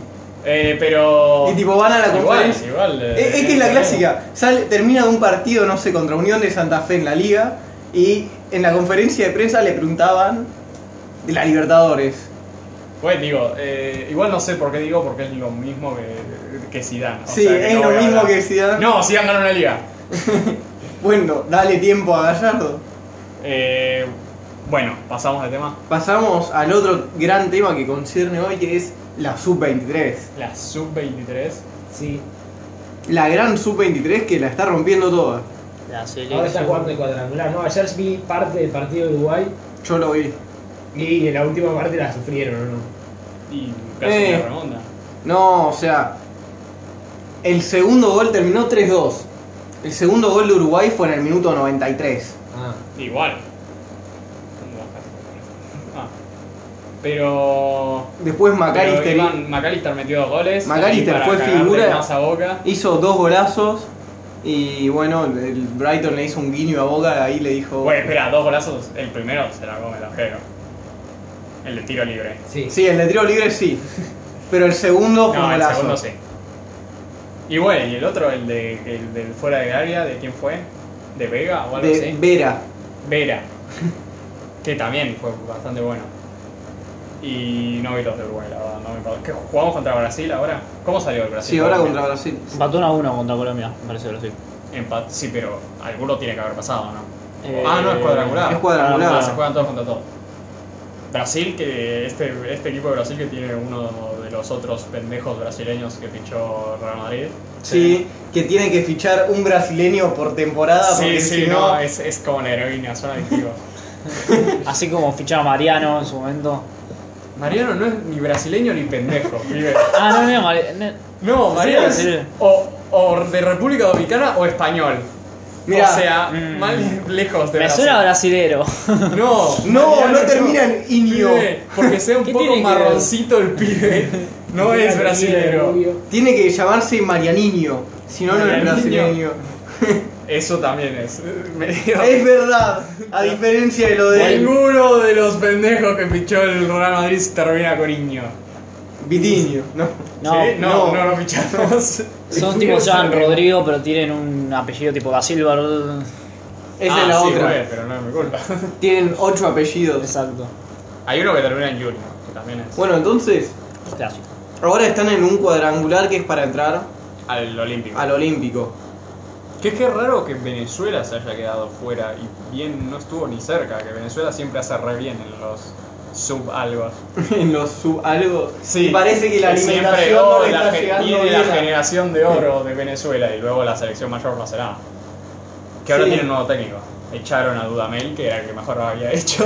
A: Eh, pero.
B: Y tipo van a la
A: igual,
B: conferencia.
A: igual. eh,
B: Es, es que es la clásica. Sale, termina de un partido, no sé, contra Unión de Santa Fe en la liga. Y en la conferencia de prensa le preguntaban de la Libertadores.
A: Bueno, digo, eh, igual no sé por qué digo, porque es lo mismo que, que Zidane. o
B: Sí,
A: sea, que
B: es
A: no
B: lo
A: voy a
B: mismo
A: hablar.
B: que Zidane.
A: No, Zidane ganó una liga.
B: Bueno, dale tiempo a Gallardo.
A: Eh, bueno, pasamos de tema.
B: Pasamos al otro gran tema que concierne hoy, que es la Sub-23.
A: La sub-23.
C: Sí.
B: La gran Sub-23 que la está rompiendo toda.
D: La selección.
C: Ahora está jugando el cuadrangular. No, ayer vi parte del partido de Uruguay
B: Yo lo vi.
C: y en la última parte la sufrieron, ¿no?
A: Y casi
B: Eh.
A: una remonta.
B: No, o sea, el segundo gol terminó 3-2. El segundo gol de Uruguay fue en el minuto 93.
C: Ah.
A: Igual. Ah. Pero.
B: Después
A: pero
B: McAllister
A: Iván McAllister metió dos goles.
B: McAllister
A: ahí para
B: fue
A: cagarle
B: figura.
A: Más a boca.
B: hizo dos golazos y bueno, el Brighton le hizo un guiño a Boca, ahí le dijo...
A: Bueno, espera, dos golazos. El primero se la come el ajero. El de tiro libre.
C: Sí.
B: Sí, el de tiro libre sí. Pero el segundo fue
A: No,
B: un
A: el
B: golazo.
A: segundo sí. Y bueno, y el otro, el, de, el del fuera del área, ¿de quién fue? ¿De Vega o algo
B: de
A: así?
B: Vera.
A: Vera. Que también fue bastante bueno. Y no vi los de Uruguay, la verdad. No me importa. ¿Qué, ¿Jugamos contra Brasil ahora? ¿Cómo salió el Brasil?
B: Sí, ahora contra Brasil.
D: Empató 1 a 1 contra Colombia, me parece que sí.
A: Empat- sí, pero alguno tiene que haber pasado, ¿no?
D: Eh,
A: ah, no, es cuadrangular.
B: es cuadrangular.
A: Ah, se juegan todos contra todos. Brasil, que este, este equipo de Brasil que tiene uno de los otros pendejos brasileños que fichó Real Madrid.
B: Sí, que tiene que fichar un brasileño por temporada
A: Sí,
B: porque
A: sí,
B: si
A: no, eh.
B: no...
A: es, es como la heroína, son adictivos.
D: Así como ficharon a Mariano en su momento.
A: Mariano no es ni brasileño ni pendejo, pibe.
D: Ah, no, no, Mari- no.
A: No,
D: Sí,
A: Mariano es
D: sí.
A: o, o de República Dominicana o español.
B: Mirá.
A: o sea,
D: Mm.
A: más lejos de
D: Me
A: Brasil.
D: suena brasilero.
A: No,
B: No,
A: Mariano
B: no termina en Iño.
A: Pibe, Porque sea un
D: ¿Qué
A: poco
D: tiene que ver?
A: marroncito el pibe, no es brasilero.
C: obvio.
B: Tiene que llamarse Marianinho, si no, no es
A: Marianinho.
B: brasileño.
A: Eso también es. medio-
B: Es verdad, a diferencia de lo de
A: Ninguno de los pendejos que pichó el Real Madrid se termina con Iño.
B: Vitinho, ¿no?
D: No,
A: ¿Sí? no,
B: no.
A: no lo pichamos.
D: Son tipo San Rodrigo, pero tienen un apellido tipo da Silva.
B: Esa
A: Ah,
B: es la
A: sí,
B: otra.
A: güey, pero no es mi culpa.
B: Tienen ocho apellidos.
D: Exacto.
A: Hay uno que termina en Junior, que también es.
B: Bueno, entonces,
D: Clásico.
B: Ahora están en un cuadrangular que es para entrar
A: al Olímpico.
B: al Olímpico.
A: Que es que es raro que Venezuela se haya quedado fuera y bien no estuvo ni cerca, que Venezuela siempre hace re bien en los subalgos.
B: en los sub algo.
A: Sí,
B: Y parece que la
A: siempre,
B: alimentación
A: oh,
B: no le
A: la
B: está
A: gen-
B: llegando
A: viene
B: bien.
A: la
B: a-
A: generación de oro de Venezuela y luego la selección mayor no será. Que ahora
B: Sí.
A: tiene un nuevo técnico. Echaron a Dudamel, que era el que mejor lo había hecho.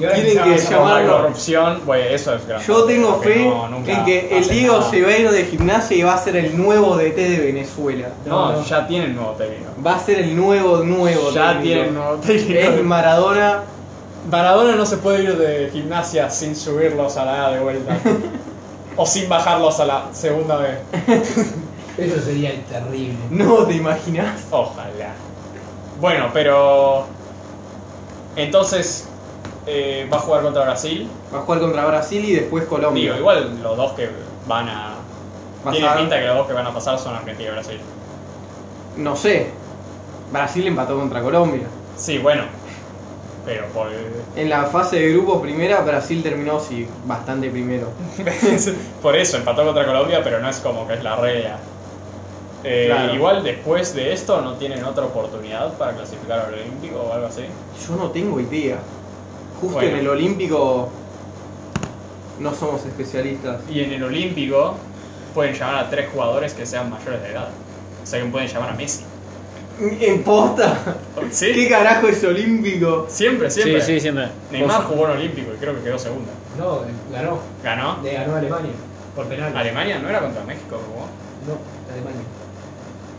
C: Y ahora
B: Tienen
C: empezamos
B: que
C: a-
A: Con la
B: Llamarlo.
A: corrupción, bueno, eso es grande.
B: Yo tengo
A: Porque
B: fe
A: no, nunca
B: en que el
A: hacen
B: Diego
A: nada.
B: Silveiro de gimnasia y va a ser el nuevo DT de Venezuela.
A: No,
C: No, no.
A: ya tienen nuevo técnico.
B: Va a ser el nuevo, nuevo.
A: Ya
B: técnico.
A: tienen nuevo
B: Es
A: técnico.
B: Maradona.
A: Maradona no se puede ir de gimnasia sin subirlos a la A de vuelta. o sin bajarlos a la segunda vez.
C: Eso sería terrible.
B: No te imaginas.
A: Ojalá. Bueno, pero. Entonces. eh, va a jugar contra Brasil.
B: Va a jugar contra Brasil y después Colombia.
A: Digo, igual los dos que van a.
B: Pasar.
A: Tiene pinta que los dos que van a pasar son Argentina y Brasil.
B: No sé. Brasil empató contra Colombia.
A: Sí, bueno. Pero por.
B: En la fase de grupos primera, Brasil terminó sí, bastante primero.
A: por eso empató contra Colombia, pero no es como que es la regla. Eh,
B: Claro.
A: Igual después de esto no tienen otra oportunidad para clasificar al Olímpico o algo así.
B: Yo no tengo idea. Justo
A: Bueno.
B: en el Olímpico no somos especialistas.
A: Y en el Olímpico pueden llamar a tres jugadores que sean mayores de edad. O sea que pueden llamar a Messi.
B: ¿En posta?
A: ¿Sí?
B: ¿Qué carajo es Olímpico?
A: Siempre, siempre.
D: Sí, sí, siempre.
A: Neymar jugó en Olímpico y creo que quedó segunda.
C: No, eh, ganó.
A: ¿Ganó?
C: Le ganó a Alemania. Por penal.
A: Alemania no era contra México, ¿no?
C: No, Alemania.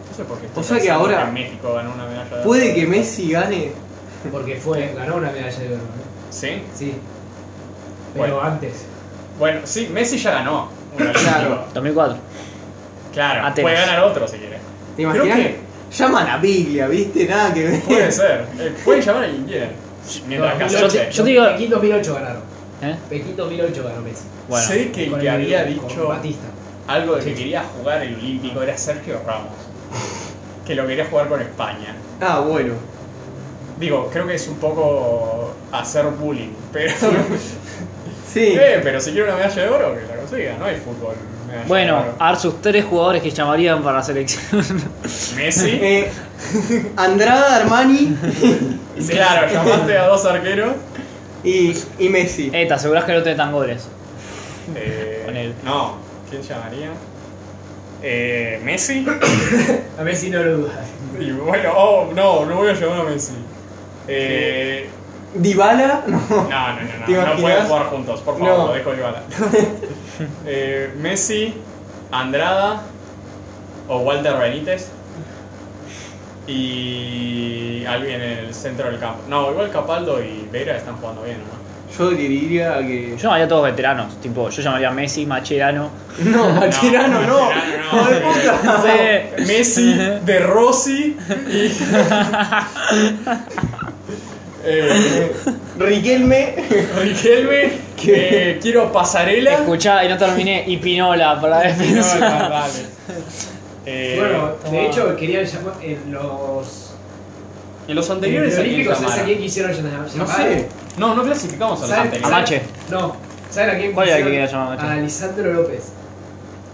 A: No sé por qué.
B: O sea que ahora-
A: En México ganó una medalla. de
B: ¿Puede
A: oro.
B: que Messi gane?
C: Porque fue, ganó una medalla de oro. ¿no?
A: Sí.
C: Sí. Pero
A: Bueno.
C: antes.
A: Bueno, sí, Messi ya ganó. un Olímpico.
B: Claro.
D: 2004.
A: Claro.
D: Atenas.
A: Puede ganar otro si quiere.
B: ¿Te imaginas?
A: Creo
B: Llaman a Biglia, ¿viste? Nada que ver.
A: Puede ser. Eh, Pueden llamar a quien quieran. Mientras
C: No,
A: que
D: yo
A: acepte.
D: te- yo digo-
C: Pekín 2008 ganaron.
D: ¿Eh?
C: Pekín 2008 ganó Messi.
D: Bueno.
A: Sé que el
C: Con
A: que
C: el-
A: había
C: con
A: dicho
C: Batista.
A: algo de que quería jugar el Olímpico era Sergio Ramos. Que lo quería jugar con España.
B: Ah, bueno.
A: Digo, creo que es un poco hacer bullying, pero.
B: Sí.
A: Eh, pero si quiere una medalla de oro, que la consiga, no hay fútbol. medalla de
D: Bueno, ah.
A: oro.
D: Arsus, tres jugadores que llamarían para la selección.
A: Messi.
B: Eh, Andrada, Armani
A: Sí, Claro, llamaste a dos arqueros.
B: y, y Messi.
D: eh, te asegurás que no te dan goles.
A: Eh,
D: Con él.
A: No, ¿quién llamaría? Eh, Messi.
C: A Messi no lo duda.
A: Y bueno, oh, no, no voy a llamar a Messi. Eh,
B: Dybala, no.
A: no, no, no,
B: ¿Te
A: no, no
B: imaginas?
A: pueden jugar juntos, por favor,
B: No.
A: lo dejo igual. eh, Messi, Andrada o Walter Benítez. Y alguien en el centro del campo. No, igual Capaldo y Vera están jugando bien, ¿o ¿no?
B: Yo diría que.
D: Yo llamaría a todos veteranos. Tipo, yo llamaría a Messi, Macherano.
B: No, Macherano no.
A: Mascherano no.
B: Hijo de puta.
D: No sé.
A: Messi, De Rossi y. eh,
B: Riquelme.
A: Riquelme, eh, quiero pasarela.
D: Escuchá, y no terminé. Y Pinola para la
A: No,
D: defensa.
A: no, vale. Eh,
C: bueno,
D: toma.
C: de hecho querían llamar eh, los
A: ¿y los anteriores
C: los
A: a quién
C: olímpicos, ¿sabes a
A: llamaron?
C: quién quisieron llamar?
B: No sé.
A: No, no clasificamos a los
C: ¿Saben?
D: A
A: anteriores.
D: Mache.
C: No, ¿saben a quién
D: ¿Cuál era el que
C: quisieron?
D: quería llamar a Mache?
C: A Lisandro López,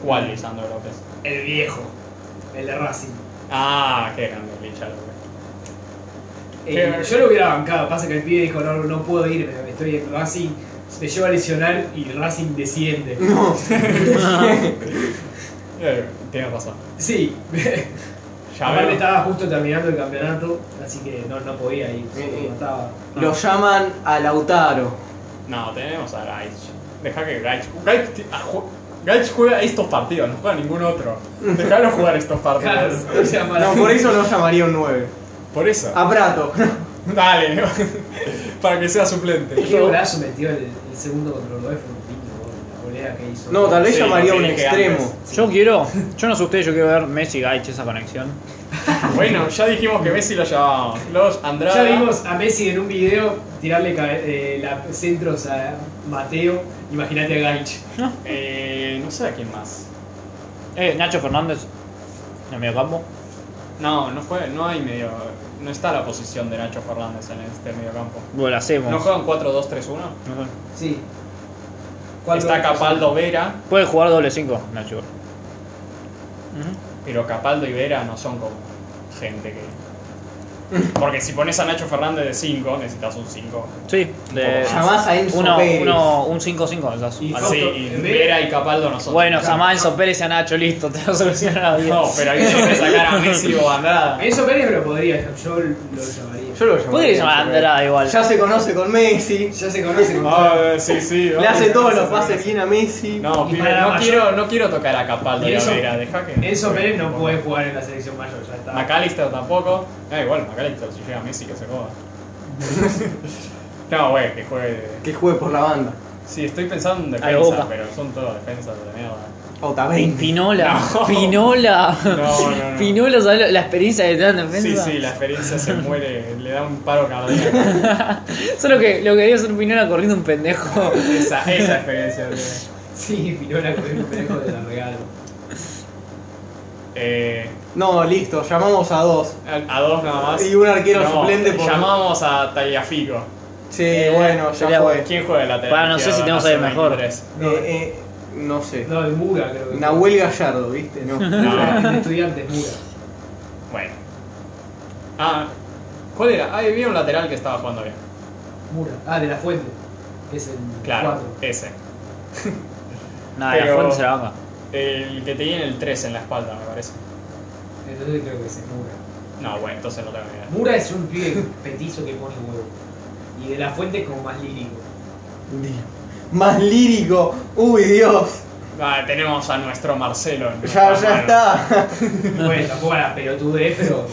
A: ¿Cuál, Lisandro López?
C: el viejo, el de Racing.
A: Ah, qué grande, Lisandro López.
C: Eh,
A: Qué-
C: yo lo hubiera bancado, pasa que el pibe dijo, no, no puedo irme, estoy en Racing, me llevo a lesionar y Racing desciende.
B: No.
A: Eh, tienes razón.
C: Sí,
A: Ya
C: aparte
A: veo.
C: estaba justo terminando el campeonato, así que no, no podía ir,
B: Eh, eh.
C: no estaba.
B: Lo llaman a Lautaro.
A: No, tenemos a Gaich. Deja que Gaich. Gaich, ti- ah, ju- Gaich juega estos partidos, no juega ningún otro. Dejalo jugar estos
C: Claro, Ah.
A: partidos.
C: o sea, para-
B: No, por eso no llamaría un 9.
A: Por eso.
B: A Prato.
A: Dale, para que sea suplente.
C: Qué golazo metió el, el segundo contra Uruguay fue un pinto, boludo, la volea que hizo.
B: No, tal vez
A: Sí,
B: llamaría
A: lo
B: un
A: dije
B: extremo.
A: antes.
D: Yo quiero, yo no sé ustedes, yo quiero ver Messi Gaich esa conexión.
A: Bueno, ya dijimos que Messi lo llevábamos. Los
C: Ya
A: Andrada.
C: vimos a Messi en un video tirarle cabe- eh, la- centros a Mateo, imagínate a Gaich.
A: Eh, no sé a quién más.
D: Eh, Nacho Fernández, en el medio campo.
A: No, no fue, no hay medio. No está la posición de Nacho Fernández en este mediocampo.
D: Bueno, lo hacemos.
A: ¿No juegan 4-2-3-1?
D: No sé.
C: Sí. cuatro-
A: Está Capaldo Vera,
D: Puede jugar doble 5, Nacho.
A: pero Capaldo y Vera no son como gente que. Porque si pones a Nacho Fernández de 5, necesitas un 5.
D: Sí, de
B: Llamás a Enzo
D: uno,
B: Pérez.
D: uno, un 5-5 en caso.
A: Así,
C: Y-
A: Ah, y Vera y Capaldo no son.
D: Bueno, Samá, Enzo Pérez y a Nacho, listo, te lo solucionaron bien.
A: No, pero ahí se sacar a Messi o a Andrada.
C: Enzo Pérez me lo podría, yo lo llamaría.
B: Yo lo llamaría.
D: Podría llamar a Andrada igual.
B: Ya se conoce con Messi.
C: Ya se conoce con
A: Ah, sí, sí.
B: Le hace todos los pases bien a Messi.
A: No,
C: Y
A: pibe,
C: para la
A: no
C: mayor-
A: quiero, no quiero tocar a Capaldo y a
C: Enzo-
A: Vera, deja
B: eh.
A: que.
C: Enzo Pérez no puede jugar en la selección mayor, ya está.
A: McAllister tampoco. Da igual, McAllister, si llega Messi que se joda. no, güey, que juegue. de-
B: Que juegue por la banda.
A: Sí, estoy pensando en
D: Al
A: defensa,
D: Boca.
A: pero son todos defensas de mierda.
B: Ota 20.
D: Pinola,
A: No.
D: Pinola,
A: No, no, no.
D: Pinola, ¿sabes lo- la experiencia que te dan en
A: Sí,
D: defensa?
A: sí, la experiencia se muere, le da un paro cardíaco.
D: Solo que lo que haría es un Pinola corriendo un pendejo.
A: Esa, esa experiencia. boludo.
C: Sí, Pirola con un pendejo de la regalo.
A: Eh,
B: No, listo, llamamos a dos.
A: a a dos nada más.
B: Y un arquero
A: No,
B: suplente por-
A: Llamamos a Tagliafico.
B: Sí,
D: Eh,
B: bueno,
D: sería
B: ya fue.
A: ¿Quién juega de lateral?
D: Para, no sé
A: izquierdo?
D: si tenemos
A: Nace
D: alguien mejor.
A: 23.
C: No,
B: Eh, eh, no sé.
C: no, de Mura creo que.
B: Nahuel Gallardo, ¿viste? No.
A: No.
C: De estudiantes, Mura.
A: Bueno. Ah, ¿cuál era? Ah, había un lateral que estaba jugando bien.
C: Mura. Ah, de la fuente. Que es el
A: Claro,
C: 4.
A: ese.
D: Nada, la
A: Pero-
D: fuente se la banca.
A: El que tenía el 3 en la espalda, me parece.
C: Entonces creo que ese es Mura.
A: No, bueno, entonces no tengo ni idea.
C: Mura es un pibe petizo que pone huevo. Y de la fuente es como más lírico.
B: Más lírico. Uy, Dios.
A: Ah, tenemos a nuestro Marcelo. en
B: Ya,
A: nuestra
B: ya
A: mano.
B: está.
C: Bueno, tampoco la pelotudez, pero.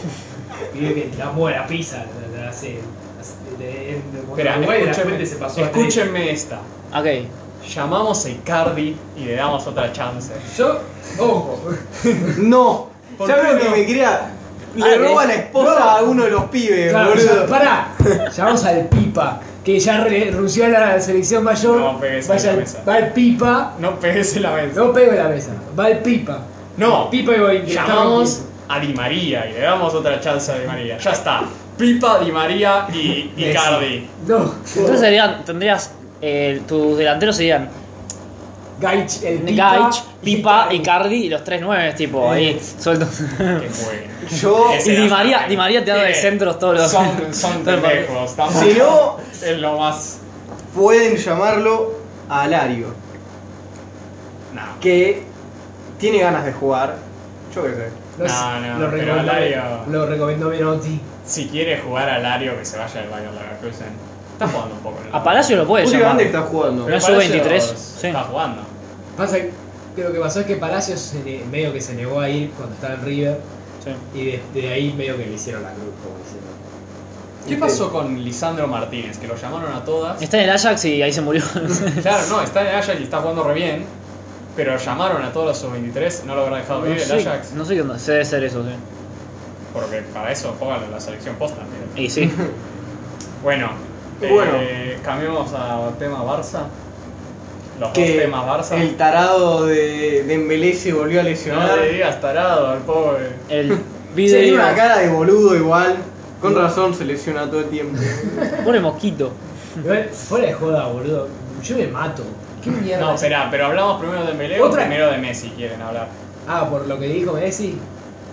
C: Pibe que la mueve la pizza. La, la hace. la- de- en-
A: Espera,
C: contra Uruguay, de la
A: escúchenme,
C: fuente se pasó a
A: escúchenme esta.
D: Ok,
A: Llamamos a Icardi y le damos otra chance.
C: tres. Yo, ojo.
B: No.
A: ¿Por
B: Ya
A: qué
B: veo
A: no?
B: que me crea.
D: Ah,
B: Le roba la esposa
C: no.
B: a uno de los
A: Eh,
B: pibes,
C: Claro,
B: boludo.
C: ya- pará, llamamos al Pipa, que ya re- renunció a la selección mayor.
A: No, pegues en
C: Vaya
A: la
C: al-
A: mesa.
C: va el Pipa,
A: No pegues en la mesa.
C: no pego en la mesa, va el Pipa.
A: No.
C: Pipa y voy.
A: Llamamos a Di María y le damos otra chance a Di María. Ya está. Pipa, Di María y
C: Messi.
A: Icardi.
C: No,
D: entonces serían, tendrías, eh, tus delanteros serían
C: Gaich, el Pipa.
D: Gaich, Pipa,
C: y
D: Icardi y los tres nueves, tipo, ahí, sueltos.
A: Que jueguen.
B: Yo,
A: Ese
D: Y Di
A: era-
D: María- Di María te da de
A: Tiene-
D: centros todos los-
A: Son, son
D: todo el partido.
A: pendejos, tampoco
B: Si no-
A: Es lo más.
B: pueden llamarlo a Alario,
A: No.
B: que tiene ganas de jugar. Yo qué sé.
A: No, no, pero
C: lo recomendó,
A: Alario-
C: lo recomendó Menotti.
A: Si quiere jugar al Lario, que se vaya al Bayern Leverkusen. Está jugando un poco. en el-
D: A Palacio lo puedes llamar.
B: Últimamente está jugando.
A: Pero
D: No es
A: Palacio
D: sub-23,
A: Está
D: sí.
A: jugando.
C: Pasa que que lo que pasó es que Palacios se ne- medio que se negó a ir cuando estaba en River
D: Sí.
C: y desde ahí medio que le hicieron la cruz, como diciendo.
A: ¿Qué pasó con Lisandro Martínez? Que lo llamaron a todas.
D: Está en el Ajax y ahí se murió.
A: Claro, no, está en el Ajax y está jugando re bien. Pero llamaron a todos los sub-23, no lo habrá dejado
D: No
A: vivir el
D: sé,
A: Ajax.
D: no sé qué onda, se debe ser eso, sí.
A: Porque para eso juegan en la selección posta. mira.
D: Y sí.
A: Bueno,
B: Bueno.
A: eh, cambiemos a tema Barça. Los dos
B: Que
A: temas Barça.
B: el tarado de Dembélé se volvió a
A: No
B: lesionar.
A: le digas tarado al pobre.
D: El
B: Sí,
D: video.
B: tiene una cara de boludo igual. Con razón se lesiona todo el tiempo.
D: Pobre mosquito.
C: Igual, Fuera de joda, boludo. Yo me mato. ¿Qué mierda?
A: No,
C: es
A: espera, pero hablamos primero de Mele o
C: Otra-
A: primero de Messi quieren hablar.
C: Ah, por lo que dijo Messi.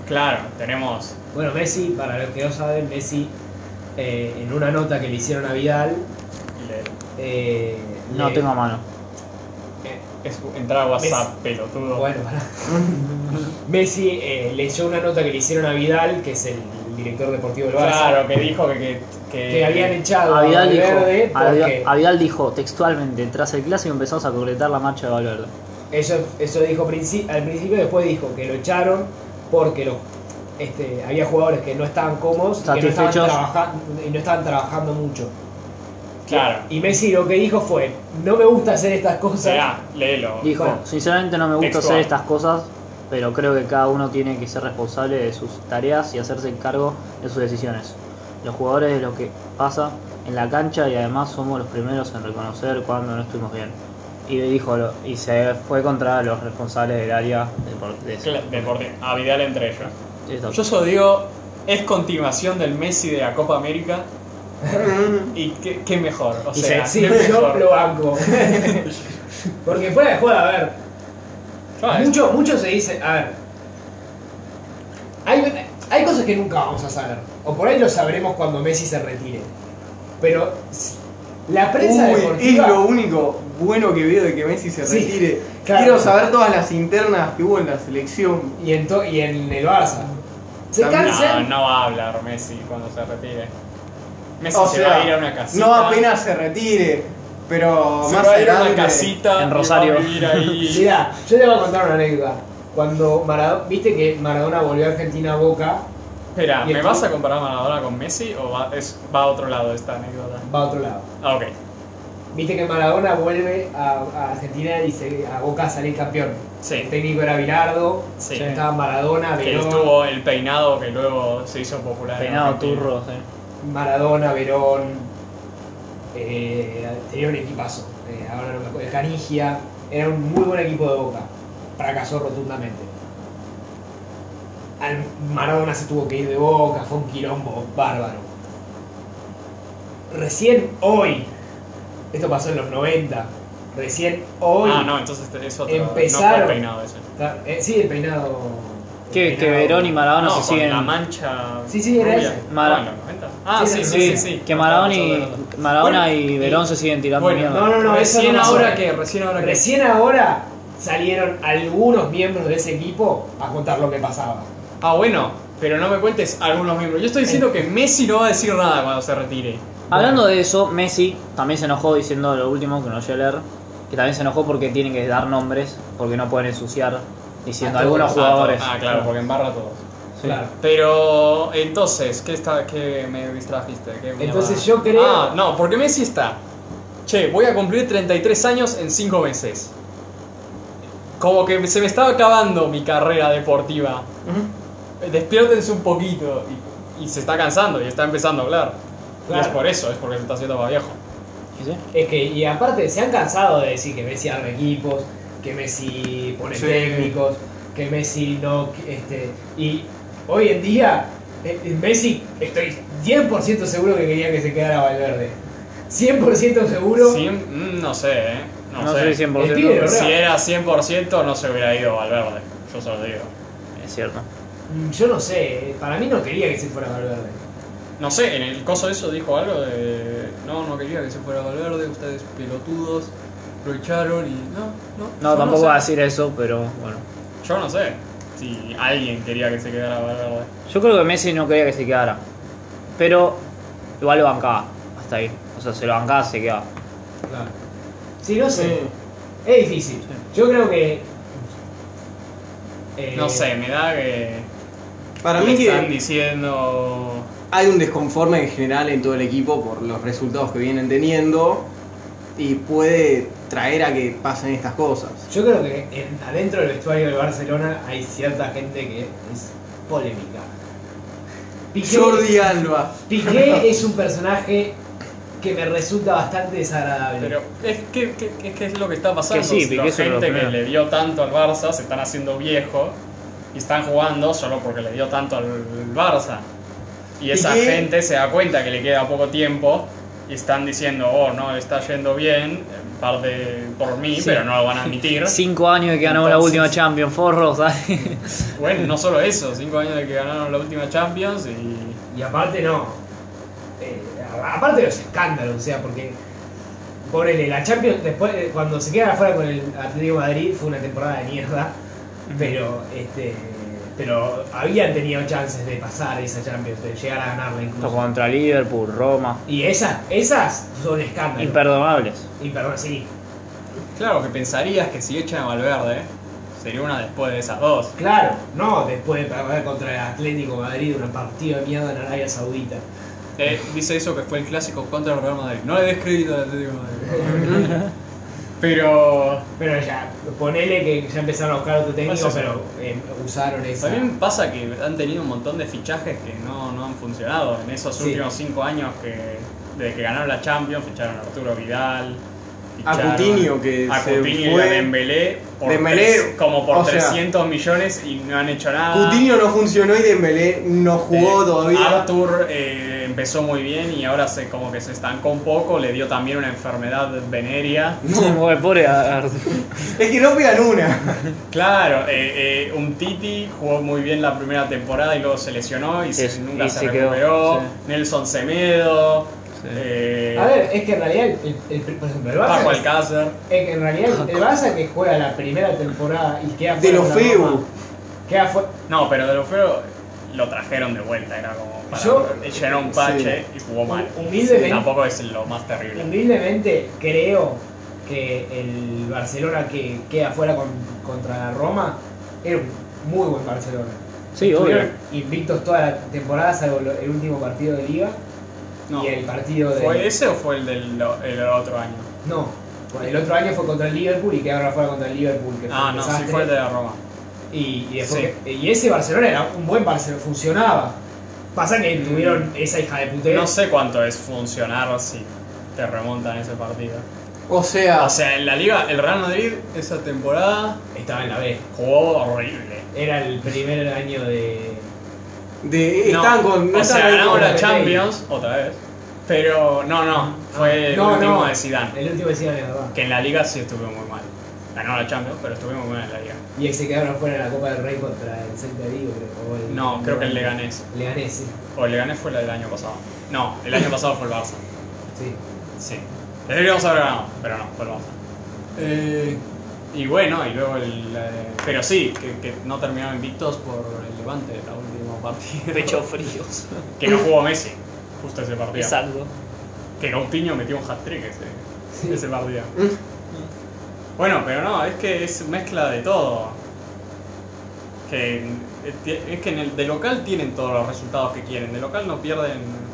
A: Claro, tenemos.
C: Bueno, Messi, para los que no saben, Messi, eh, en una nota que le hicieron a Vidal, eh,
D: No
C: le- eh,
D: tengo a mano.
A: Es entrar a WhatsApp, pelotudo.
C: Bueno, pará. Messi eh, leyó una nota que le hicieron a Vidal, que es el director deportivo del Barça,
A: claro, que dijo que. Que, que-
C: que habían echado
D: Eh, A
C: a
D: Vidal, dijo,
C: Valverde
D: a
C: porque
D: Vidal- a Vidal dijo textualmente, tras el clásico empezamos a concretar la marcha de Valverde.
C: eso, eso dijo princi- al principio, después dijo que lo echaron porque lo, este, había jugadores que no estaban cómodos, y que no estaban
D: Satisfechos.
C: trabajando y no estaban trabajando mucho.
A: Claro.
C: Y Messi lo que dijo fue, no me gusta hacer estas cosas.
A: Será, léelo.
D: Dijo,
C: Bueno.
D: sinceramente no me gusta
A: Textual.
D: hacer estas cosas, pero creo que cada uno tiene que ser responsable de sus tareas y hacerse cargo de sus decisiones. Los jugadores de lo que pasa en la cancha y además somos los primeros en reconocer cuando no estuvimos bien. Y dijo lo- y se fue contra los responsables del área de, de-
A: Cla- Deporte. A Vidal entre ellos.
D: de- de-
A: Yo solo digo, es continuación del Messi de la Copa América. y qué, qué mejor. O
D: Y
A: sea,
C: Sí,
A: qué
C: yo
A: mejor.
C: lo banco. Porque fuera de juego, a ver,
A: Ah, es-
C: mucho, mucho se dice, a ver, hay, hay cosas que nunca vamos a saber, o por ahí lo sabremos cuando Messi se retire, pero s- la prensa
B: Uy, es
C: deportiva...
B: lo único bueno que veo de que Messi se
C: Sí,
B: retire.
C: claro.
B: Quiero saber todas las internas que hubo en la selección.
C: y en, to- y en el Barça. Se
B: También-
A: No,
C: cansan.
A: no va a hablar Messi cuando se retire. Messi
B: O
A: se
B: sea,
A: va a ir a una casita.
B: no apenas se retire, pero
A: Se
B: más
A: va a ir a una
B: adelante-
A: casita.
D: En
A: y va a
D: Rosario.
A: vivir ahí.
C: Mirá, yo te voy a contar una anécdota. Cuando Maradona, viste que Maradona volvió a Argentina a Boca,
A: Espera,
C: ¿Y
A: ¿me
C: el-
A: vas a comparar Maradona con Messi o va, es- va a otro lado esta anécdota?
C: va a otro lado.
A: Ah, ok.
C: Viste que Maradona vuelve a, a Argentina y se, a Boca a salir campeón. El
A: Sí.
C: técnico era Virardo,
A: Sí.
C: estaba Maradona,
A: Que
C: Verón,
A: estuvo el peinado que luego se hizo popular. en
D: Peinado
A: Argentina.
D: turro, sí.
C: Maradona, Verón, eh, tenía un equipazo. Eh, ahora no me acuerdo, Canigia, era un muy buen equipo de Boca. Fracasó rotundamente. Al- Maradona se tuvo que ir de Boca, fue un quilombo bárbaro. Recién hoy, esto pasó en los 90, recién hoy...
A: Ah, no, entonces te- es otro. No
C: Empezaron.
A: fue el peinado ese.
C: Ta- eh, sí, el peinado... el
D: Que, que
C: peinado-
D: Verón y Maradona
A: no,
D: se siguen.
A: con la mancha.
C: Sí, sí, era
A: rubia.
C: ese.
D: Mara-
A: Ah, en los 90. Ah,
C: Sí,
A: sí,
C: era
A: sí,
C: ese.
A: sí, sí.
D: Que Maradona y, Maradona
A: Bueno,
D: y Verón se siguen tirando
A: Bueno,
D: mierda.
C: No, no, no, eso
A: Recién
C: no pasó.
A: ahora que, recién ahora que.
C: Recién ahora salieron algunos miembros de ese equipo a contar lo que pasaba.
A: Ah, bueno, pero no me cuentes algunos miembros. Yo estoy diciendo que Messi no va a decir nada cuando se retire.
D: Hablando de eso, Messi también se enojó diciendo lo último que no llegué a leer, que también se enojó porque tienen que dar nombres, porque no pueden ensuciar diciendo
C: A todos,
D: algunos
A: Ah,
D: jugadores.
A: Ah, claro, porque embarra a todos.
D: Sí.
C: Claro.
A: Pero entonces, ¿qué, está, qué me distrajiste? ¿Qué mierda?
C: Entonces yo creo-
A: Ah, no, porque Messi está. Che, voy a cumplir 33 años en 5 meses. Como que se me estaba acabando mi carrera deportiva.
B: Ujú.
A: Despiértense un poquito. Y, y se está cansando y está empezando a hablar. No
C: Claro.
A: es por eso, es porque se está haciendo más viejo.
D: ¿Sí, sí?
C: Es que, y aparte, se han cansado de decir que Messi arma equipos, que Messi pone
B: Sí.
C: técnicos, que Messi no. Este, y hoy en día, eh, eh, Messi, estoy 100% seguro que quería que se quedara Valverde. 100% seguro.
A: Sí, mm, no sé, ¿eh? No,
D: No
A: sé.
D: sé si
C: El pibe, ¿verdad?
A: Si era 100% no se hubiera ido Valverde. Yo se lo digo.
D: Es cierto.
C: Mm, Yo no sé, eh, para mí no quería que se fuera Valverde.
A: No sé, en el coso de eso dijo algo de. No, no quería que se fuera Valverde, ustedes pelotudos, lo echaron y. No, no.
D: No,
A: yo
D: tampoco
A: sé.
D: va a decir eso, pero bueno.
A: Yo no sé si alguien quería que se quedara Valverde.
D: Yo creo que Messi no quería que se quedara. Pero igual lo bancaba, hasta ahí. O sea, se lo bancaba, se quedaba.
C: Claro. Sí, no sé.
B: Sí.
C: Es difícil. Yo creo que. eh,
A: No sé, me da que.
B: Para
A: le
B: mí
A: están
B: que
A: diciendo.
B: hay un desconforme en general en todo el equipo por los resultados que vienen teniendo y puede traer a que pasen estas cosas.
C: Yo creo que en- adentro del vestuario del Barcelona hay cierta gente que es polémica. Piqué,
B: Jordi Alba.
C: Piqué es un personaje que me resulta bastante desagradable.
A: Pero es que, que- que- es que es lo que está pasando.
D: Que sí, Piqué
A: la
D: es uno de los
A: gente que
D: primeros.
A: le dio tanto al Barça se están haciendo viejo y están jugando solo porque le dio tanto al Barça. Y esa
B: Piqué-
A: gente se da cuenta que le queda poco tiempo y están diciendo, oh, no, está yendo bien, en parte por mí,
D: Sí.
A: pero no lo van a admitir.
D: Cinco años de que ganamos
A: Entonces-
D: la última Champions, forros, dale.
A: Bueno, no solo eso, cinco años de que ganaron la última Champions y.
C: Y aparte no. Eh, a- aparte de los escándalos, o sea, porque. Ponele, la Champions, después, eh, cuando se quedan afuera con el Atlético de Madrid, fue una temporada de mierda. Pero, este. Pero habían tenido chances de pasar esa Champions, de llegar a ganarla incluso.
D: Contra Liverpool, Roma.
C: Y esas, esas son escándalos.
D: Imperdonables.
C: Y perdón, sí.
A: Claro, que pensarías que si echan a Valverde, sería una después de esas dos.
C: Claro, no, después de perder contra el Atlético de Madrid, una partida de mierda en Arabia Saudita.
A: Eh, dice eso que fue el clásico contra el Real Madrid. No le des crédito al Atlético de Madrid. pero
C: Pero ya, ponele que ya empezaron a buscar otro técnico,
A: Pues eso.
C: pero eh, usaron esa.
A: también pasa que han tenido un montón de fichajes que no, no han funcionado. En esos
C: Sí.
A: últimos cinco años que desde que ganaron la Champions, ficharon a Arturo Vidal, ficharon
B: Coutinho, que
A: a
B: se
A: Coutinho y
B: fue.
A: a Dembélé, por
B: Dembélé,
A: tres- como por
B: o sea,
A: 300 millones y no han hecho nada.
B: Coutinho no funcionó y Dembélé no jugó
A: Eh,
B: todavía.
A: Arthur eh, empezó muy bien y ahora se, como que se estancó un poco, le dio también una enfermedad venérea.
D: Bueno, pobre Arthur.
B: Es que no pegan una.
A: Claro, eh, eh, un Titi jugó muy bien la primera temporada y luego se lesionó y se-
D: Es-
A: nunca
D: y
A: se,
D: se quedó,
A: recuperó.
D: sí.
A: Nelson Semedo, eh,
C: A ver, es que en realidad el, el- el- por ejemplo, el
A: Paco
C: Barça.
A: Alcácer.
C: es que en realidad el Barça que juega la primera temporada y queda
B: De
C: fuera
B: lo
C: la
B: feo.
C: Roma, Queda fuera.
A: No, pero de lo feo lo trajeron de vuelta, era como para
C: Yo-
A: llenó un parche y jugó mal.
C: Humildemente-
A: Tampoco es lo más terrible.
C: Humildemente creo que el Barcelona que queda fuera con- contra la Roma era un muy buen Barcelona.
D: Sí,
C: Estuvieron
D: obvio.
C: Invictos toda la temporada, salvo lo- el último partido de Liga
A: No.
C: y el partido de.
A: ¿Fue ese o fue el del el otro año?
C: No, el otro año fue contra el Liverpool y quedaron afuera contra el Liverpool. Que fue
A: Ah,
C: un
A: no, sí
C: desastre.
A: fue el de la Roma.
C: Y, y después que- y ese Barcelona era un buen Barcelona, funcionaba. Pasa que tuvieron esa hija de puta.
A: Mm. No sé cuánto es funcionar si te remontan ese partido.
B: O sea,
A: O sea, en la liga, el Real Madrid esa temporada
C: Estaba en la B.
A: jugó horrible.
C: Era el primer año de.
B: de, están
A: No,
B: con. no
A: o
B: están
A: sea,
B: ahí
A: ganamos
B: con-
A: la Champions otra vez. Pero no, no, fue el
C: No,
A: último
C: no,
A: de Zidane.
C: El último de Zidane, es verdad.
A: Que en la liga sí estuvo muy mal. Ganó la Champions, pero estuvo muy mal en la liga.
C: Y ahí se quedaron afuera de la Copa del Rey contra el Celta de Vigo, creo. o el-
A: No, creo que el Leganés.
C: Leganés, sí.
A: O el Leganés fue la del año pasado. No, el año pasado fue el Barça.
C: sí.
A: Sí. Deberíamos haber ganado, pero no, fue el Barça. Eh, y bueno, y luego el. eh, pero sí, que, que no terminaron invictos por el Levante, la última partida.
D: Pechos fríos.
A: Que no jugó Messi, justo ese partido.
D: Exacto.
A: Que Coutinho metió un hat-trick ese,
C: Sí.
A: ese partido. Bueno, pero no, es que es mezcla de todo. Que es ti- es que en el de local tienen todos los resultados que quieren. De local no pierden.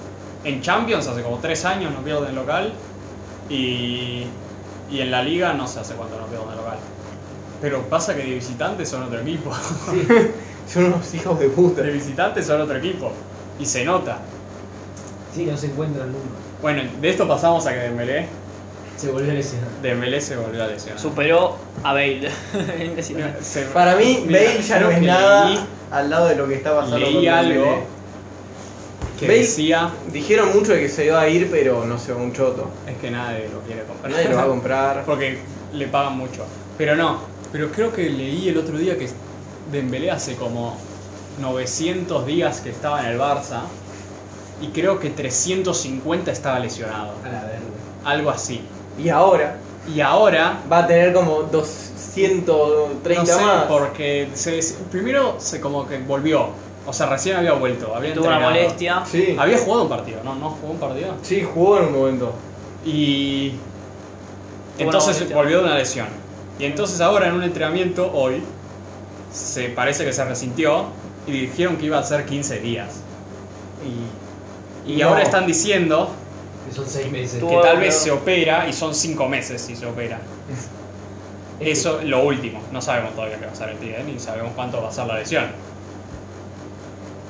A: En Champions hace como tres años no pierden local. Y, y en la liga no sé hace cuánto no pierden local. Pero pasa que de visitantes son otro equipo.
B: Son unos hijos de puta.
A: De visitantes son otro equipo. Y se nota.
C: Sí, no se encuentran nunca.
A: Bueno, de esto pasamos a que Dembélé,
C: Se volvió a lesionar.
A: Dembélé se volvió a lesionar.
D: Superó a Bale. Impresionante.
A: Se-
B: Para mí,
A: Mira,
B: Bale ya
A: creo
B: no es
A: que
B: nada
A: leí-
B: al lado de lo que está pasando.
A: leí
B: con
A: algo
B: Dembélé.
A: que
B: Bale-
A: decía
B: Dijeron mucho de que se iba a ir, pero no se va un choto.
A: es que nadie lo quiere comprar
B: Nadie lo va a comprar.
A: porque le pagan mucho pero no pero creo que leí el otro día que Dembélé hace como 900 días que estaba en el Barça y creo que 350 estaba lesionado
C: A la verga.
A: algo así
B: Y ahora
A: y ahora
B: va a tener como 230
A: no sé,
B: más.
A: porque se- primero se como que volvió o sea recién había vuelto había
D: Tuvo una
A: entrenado.
D: molestia.
B: Sí.
A: había jugado un partido no no jugó un partido
B: Sí, jugó en un momento.
A: Y
D: Tuvo una
A: entonces
D: molestia.
A: volvió de una lesión. Y entonces ahora en un entrenamiento hoy se parece que se resintió y dijeron que iba a ser 15 días. Y, y
B: No.
A: ahora están diciendo
C: Que son seis meses.
A: que
D: Tuvo-
A: tal vez se opera y son 5 meses si se opera. Eso lo último. No sabemos todavía qué va a ser el día, ¿eh? ni sabemos cuánto va a ser la lesión.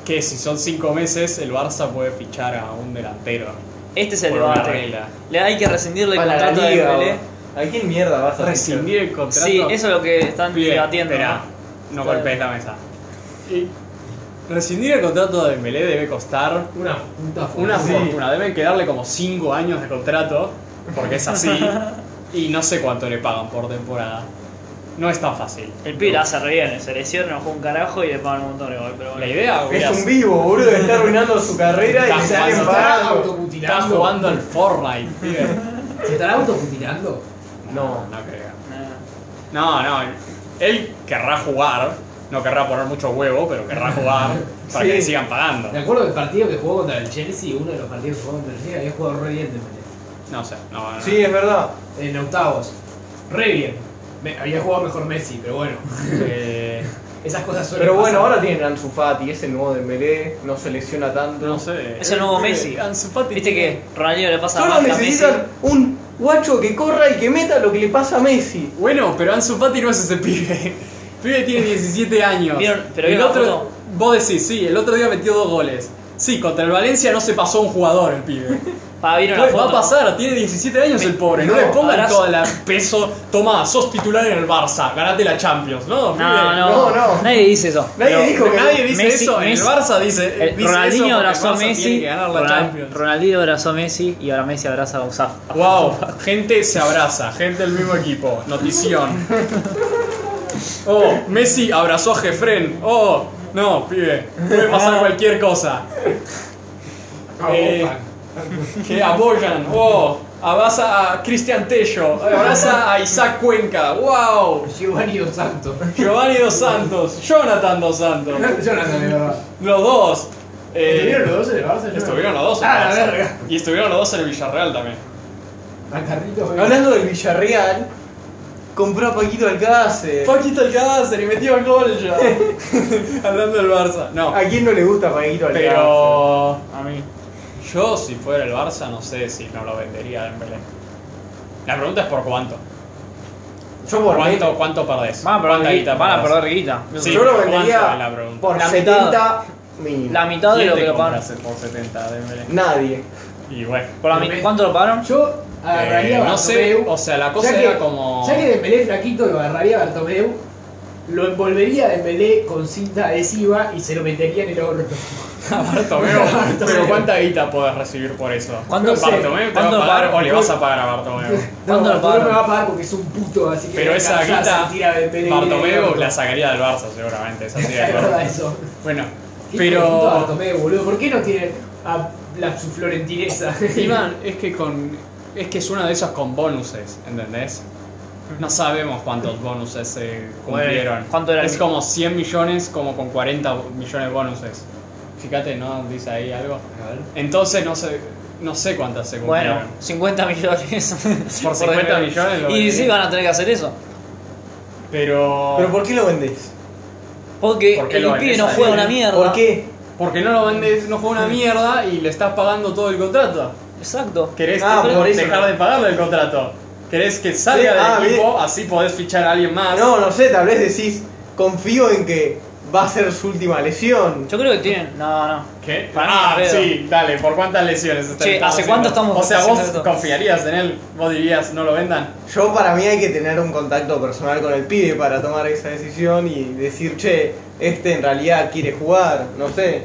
A: Que si son 5 meses el Barça puede fichar a un delantero.
D: Este es el
A: Por una
D: debate.
A: regla.
D: Le hay que rescindirle el
B: Para la
D: contrato de
B: liga,
D: Dembélé.
B: ¿A quién mierda vas a
A: Rescindir el contrato.
D: Sí, eso es lo que están
A: Bien,
D: debatiendo.
A: esperá,
D: ¿no?
A: no
D: Claro.
A: golpees la mesa. Y rescindir el contrato de Dembélé debe costar
C: Una puta
A: una
C: fortuna.
A: fortuna. Deben quedarle como 5 años de contrato, porque es así. y no sé cuánto le pagan por temporada. No es tan fácil.
D: El pibe la hace re bien, se lesiona, no juega un carajo y le pagan un montón de gol. Pero
A: La
D: bueno.
A: idea
B: Es
A: hubiera-
B: un vivo, boludo, está arruinando su carrera y
A: Está
B: le salen
A: jugando.
C: Está
B: pagando.
A: Está
C: autocutilando.
A: jugando al Fortnite, pibe.
C: ¿Se estará autocutilando?
B: No.
A: no creo. No,
D: Nah.
A: no. Él querrá jugar. No querrá poner mucho huevo, pero querrá jugar para que
B: Sí.
A: le sigan pagando.
C: Me acuerdo del partido que jugó contra el Chelsea, uno de los partidos que jugó contra el Chelsea, había jugado re bien Dembélé.
A: No sé. No, no.
B: Sí, es verdad.
C: en octavos. Re bien. Me- había jugado mejor Messi, pero bueno.
A: Eh,
C: Esas cosas suelen
B: Pero bueno,
C: pasar.
B: ahora tienen a Ansu Fati, es el nuevo de Melé, no se lesiona tanto.
A: No sé. eh,
D: Es el nuevo Messi.
A: Ansu Fati
D: Viste que Ronaldinho le pasa
B: Solo
D: más que a Messi.
B: necesitan un guacho que corra y que meta lo que le pasa a Messi.
A: Bueno, pero Ansu Fati no es ese pibe. El pibe tiene 17 años.
D: ¿Vieron? Pero
A: el
D: vieron la
A: otro.
D: foto.
A: Vos decís, sí, el otro día metió dos goles. Sí, contra el Valencia no se pasó un jugador el pibe.
E: Pa, ¿vieron la
A: Pues, va
E: foto?
A: a pasar, tiene 17 años el pobre. No,
E: no,
A: le pongan
E: abrazo.
A: toda la peso. Tomá, sos titular en el Barça, ganate la Champions. No, pibe.
E: No, no,
B: No, no.
E: Nadie dice eso.
B: Nadie
A: Pero
B: dijo que
A: nadie dice
E: Messi-
A: eso. En el
E: Messi-
A: Barça dice.
E: El-
A: dice
E: Ronaldinho
A: eso porque el
E: abrazó a
A: Barça Tiene
E: Messi,
A: que ganar la
E: Ronald-
A: Champions.
E: Ronaldinho abrazó a Messi y ahora Messi abraza a Usaf.
A: Wow, gente se abraza, gente del mismo equipo. Notición. Oh, Messi abrazó a Jefren. Oh, no, pibe, puede pasar
C: Ah.
A: cualquier cosa. Eh, que apoyan. Oh, abraza a Cristian Tello, abraza a Isaac Cuenca. Wow,
C: Giovanni Dos Santos.
A: Giovanni Dos Santos, Jonathan Dos Santos.
C: Jonathan, de verdad.
A: Los dos. Eh,
C: ¿Estuvieron los dos en el Barça?
A: estuvieron los dos en el
C: Ah, la
A: Barça.
C: verga.
A: Y estuvieron los dos en el Villarreal también.
C: A Carlitos.
B: Hablando del Villarreal, compró a Paquito Alcácer.
A: Paquito Alcácer y metió gol ya. Hablando del Barça. No,
B: ¿A quién no le gusta Paquito Alcácer?
A: pero
E: A mí.
A: yo si fuera el Barça no sé si no lo vendería en Belén. La pregunta es por cuánto.
B: Yo por
A: ¿Cuánto, cuánto perdés?
E: Van a
A: ¿Cuánta
E: perder
A: guita
E: guita, van a
A: perdés?
E: perder guita.
A: Sí,
B: yo lo
A: pero ¿cuánto
B: vendería
A: es la pregunta?
B: por
E: La
B: 70
E: mitad.
B: mínimo.
E: La mitad de
A: ¿Quién
E: lo
A: te
E: que lo pagaron.
A: compras por 70 Dembélé?
B: Nadie.
A: Y bueno.
E: Por la mi- ¿Cuánto lo pagaron?
C: Yo agarraría
A: Eh,
C: a
A: no sé,
C: Bartomeu,
A: o sea, la cosa
C: ya que-
A: era como-
C: Ya que Dembélé flaquito lo agarraría a Bartomeu, lo envolvería a Dembélé con cinta adhesiva y se lo metería en el horno.
A: Bartomeu,
C: Bartomeu.
A: pero ¿cuánta guita podés recibir por eso?
E: ¿Cuánto-
A: ¿Bartomeu te va a
E: cuánto
A: pagar
E: pagaron?
A: o le vas a pagar a Bartomeu?
E: ¿Cuánto
C: no,
E: lo
C: Bartomeu
E: pagaron?
C: me va a pagar porque es un puto, así que...
A: Pero
C: me
A: esa
C: alcanza
A: guita,
C: a sentir a Dembélé en el
A: Bartomeu
C: horno.
A: la sacaría del Barça seguramente, esa sí de
C: Es
A: acuerdo.
C: verdad eso.
A: Bueno,
C: Qué hijo de puta
A: pero...
C: Bartomeu, boludo. ¿Por qué no tiene a la, su florentinesa?
A: Iván, es que con es que es una de esas con bonuses, ¿entendés? No sabemos cuántos bonuses se cumplieron.
E: Bueno, ¿cuánto era el-
A: es como 100 millones como con 40 millones de bonuses. Fíjate, ¿no? Dice ahí algo. Entonces no sé no sé cuántas se cumplieron.
E: Bueno, 50 millones.
A: Por 50
E: Dembélé.
A: millones lo
E: Y sí,
A: vendería.
E: van a tener que hacer eso.
A: pero
B: ¿Pero por qué lo vendés?
E: Porque
A: ¿Por qué
E: el
A: lo
E: pibe
A: vendés
E: no
A: a
E: juega
A: Dembélé?
E: una mierda.
B: ¿Por qué?
A: porque no lo vendes, no juega una mierda y le estás pagando todo el contrato.
E: Exacto.
A: ¿Querés
B: Ah,
A: que-
B: por eso.
A: dejar de pagarle el contrato? ¿Querés que salga
B: Sí,
A: del
B: ah,
A: equipo? Así podés fichar a alguien más.
B: No, no sé, tal vez decís, confío en que va a ser su última lesión.
E: Yo creo que tienen. No, no.
A: ¿Qué?
E: Para mí,
A: ah,
E: Alfredo.
A: sí, dale, ¿por cuántas lesiones está-
E: Che,
A: estamos
E: ¿hace cuánto
A: haciendo?
E: estamos
A: O sea, vos
E: haciendo esto?
A: confiarías en él, vos dirías, no lo vendan.
B: Yo para mí hay que tener un contacto personal con el pibe para tomar esa decisión y decir, che, este en realidad quiere jugar, no sé.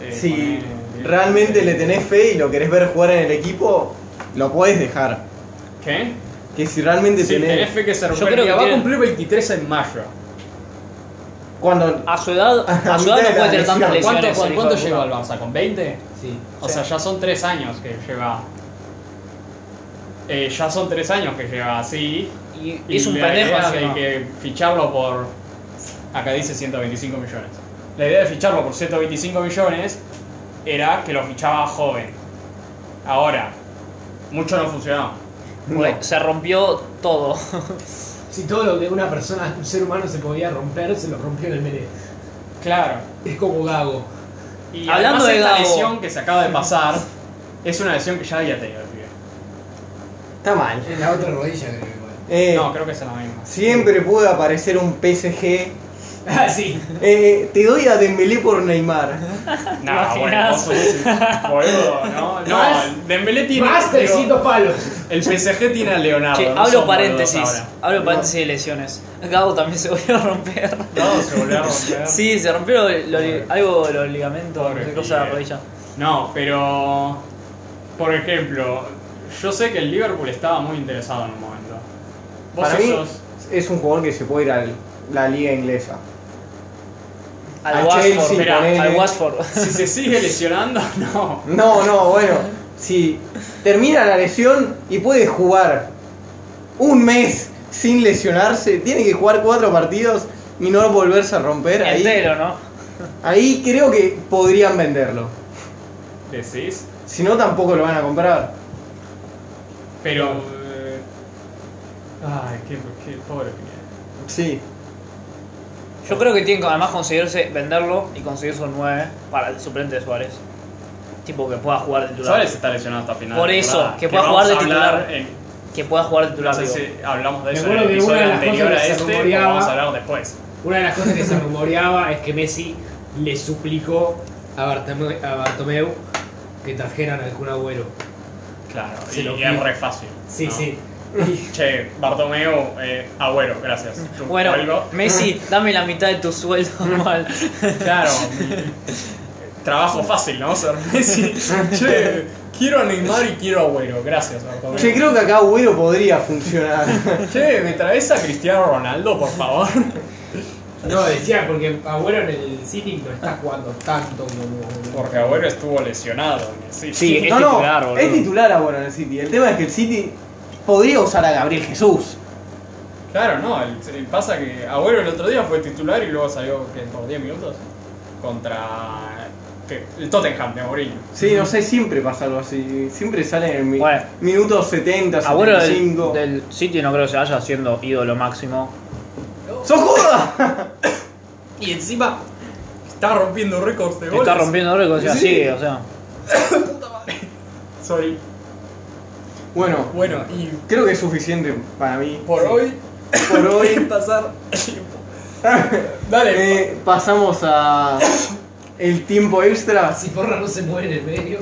A: Eh,
B: Si
A: ponele-
B: realmente le tenés fe y lo querés ver jugar en el equipo, lo podés dejar.
A: ¿Qué?
B: Que si realmente
A: Si tenés
B: tenés...
A: fe que se
E: Yo
A: recupere.
E: creo
A: Mira,
E: que
A: va a
E: tiene-
A: cumplir 23 en mayo.
B: Cuando...
E: A su edad, a su edad
B: mitad de
E: no puede
B: la
E: tener tantas
B: lesión.
E: lesiones.
A: ¿Cuánto,
E: el hijo
A: cuánto
E: de
A: llegó al
E: puta.
A: Barça? ¿Con 20?
C: Sí.
A: O sea, ya son 3 años que lleva. Eh, ya son 3 años que lleva así.
E: Y,
A: Y
E: es un
A: la
E: pendejo. así
A: idea es que
E: que no.
A: hay que ficharlo por. Acá dice 125 millones. La idea de ficharlo por 125 millones era que lo fichaba joven. Ahora, mucho no funcionó.
E: Bueno, Se rompió todo.
C: Si todo lo que una persona, un ser humano se podía romper, se lo rompió en el Melé.
A: Claro.
C: Es como Gago.
A: Y
E: Hablando
A: además
E: de
A: esta
E: Gago.
A: lesión que se acaba de pasar es una lesión que ya había tenido el pibe.
B: Está mal.
C: En la otra rodilla creo igual.
B: Eh,
A: No, creo que es la misma.
B: Siempre puede aparecer un PSG.
C: Ah, sí.
B: Eh, te doy a Dembélé por Neymar.
A: No, bueno,
E: imaginás?
A: vos sos un boludo, ¿no? No,
C: Más-
A: Dembélé tiene.
C: Más
A: digo,
C: 300 palos.
A: el PSG tiene a Leonardo.
E: Che,
A: no
E: abro
A: son boludos
E: paréntesis.
A: ahora.
E: Abro paréntesis de lesiones. Gabo también se volvió a romper.
A: No, se volvió a romper.
E: Sí, se rompió lo- lo- algo de los ligamentos,
A: Pobre
E: no sé, cosa de la
A: pibe.
E: rodilla.
A: No, pero. Por ejemplo, yo sé que el Liverpool estaba muy interesado en un momento. Vos
B: Para mí
A: sos.
B: es un jugador que se puede ir a la liga inglesa.
E: Al
B: Al
E: Watford,
B: Chelsea,
E: mirá,
B: ponele.
E: al Watford.
A: Si se sigue lesionando, no.
B: No, no, bueno. Si termina la lesión y puede jugar un mes sin lesionarse, tiene que jugar cuatro partidos y no volverse a romper. Ahí,
E: Entero, ¿no?
B: ahí creo que podrían venderlo.
A: Decís.
B: Si no, tampoco lo van a comprar.
A: Pero. eh, Ay, qué, qué pobre pibe.
B: Sí.
E: Yo creo que tienen que además conseguirse venderlo y conseguirse un 9 para el suplente de Suárez. Tipo que pueda jugar de titular.
A: Suárez está lesionado hasta final.
E: Por
A: de
E: eso,
A: temporada,
E: que pueda jugar
A: vamos
E: de
A: a hablar
E: titular.
A: en-
E: Que pueda jugar de
A: no
E: titular.
A: sé
E: digo.
A: si hablamos de eso
C: Me
A: en el
C: acuerdo que una de
A: episodio anterior
C: las cosas
A: a este,
C: que se rumoreaba-
A: o vamos a hablar después.
C: Una de las cosas que se rumoreaba es que Messi le suplicó a Bartomeu, a Bartomeu que trajeran al Kun Agüero.
A: Claro,
C: Se
A: y,
C: lo
A: y
C: pido.
A: es re fácil.
C: Sí,
A: ¿no?
C: sí.
A: Che, Bartomeo, eh, agüero, gracias. Tu
E: Bueno,
A: sueldo.
E: Messi, dame la mitad de tu sueldo anual.
A: Claro. Trabajo fácil, ¿no? Ser Messi. Che, quiero a Neymar y quiero a Agüero. Gracias, Bartomeu.
B: Che, creo que acá Agüero podría funcionar.
A: Che, ¿me traes a Cristiano Ronaldo, por favor?
C: No, decía, porque Agüero en el City no está jugando tanto como.
A: Porque Agüero estuvo lesionado. en el City.
E: Sí, eh. es
B: no, no,
E: titular, boludo.
B: es titular Agüero en el City. El tema es que el City podría usar a Gabriel Jesús.
A: Claro, no. el- el- pasa que Agüero el otro día fue titular y luego salió ¿qué? por 10 minutos contra ¿qué? el Tottenham de Mourinho.
B: Sí, no sé, siempre pasa algo así. Siempre sale en el mi-
E: Bueno.
B: minuto 70,
E: Abuelo
B: 75.
E: del, del City no creo que se vaya siendo ídolo máximo.
B: ¡Sojuda!
A: Y encima está rompiendo récords de
E: Te
A: goles.
E: está rompiendo récords y
A: Sí.
E: así, o sea.
A: Sorry.
B: Bueno,
A: Bueno, y
B: creo que es suficiente para mí.
A: por
B: Sí.
A: hoy
B: Por hoy.
A: pasar Dale.
B: eh, pasamos a. El tiempo extra.
C: Si Porra no se muere en el medio.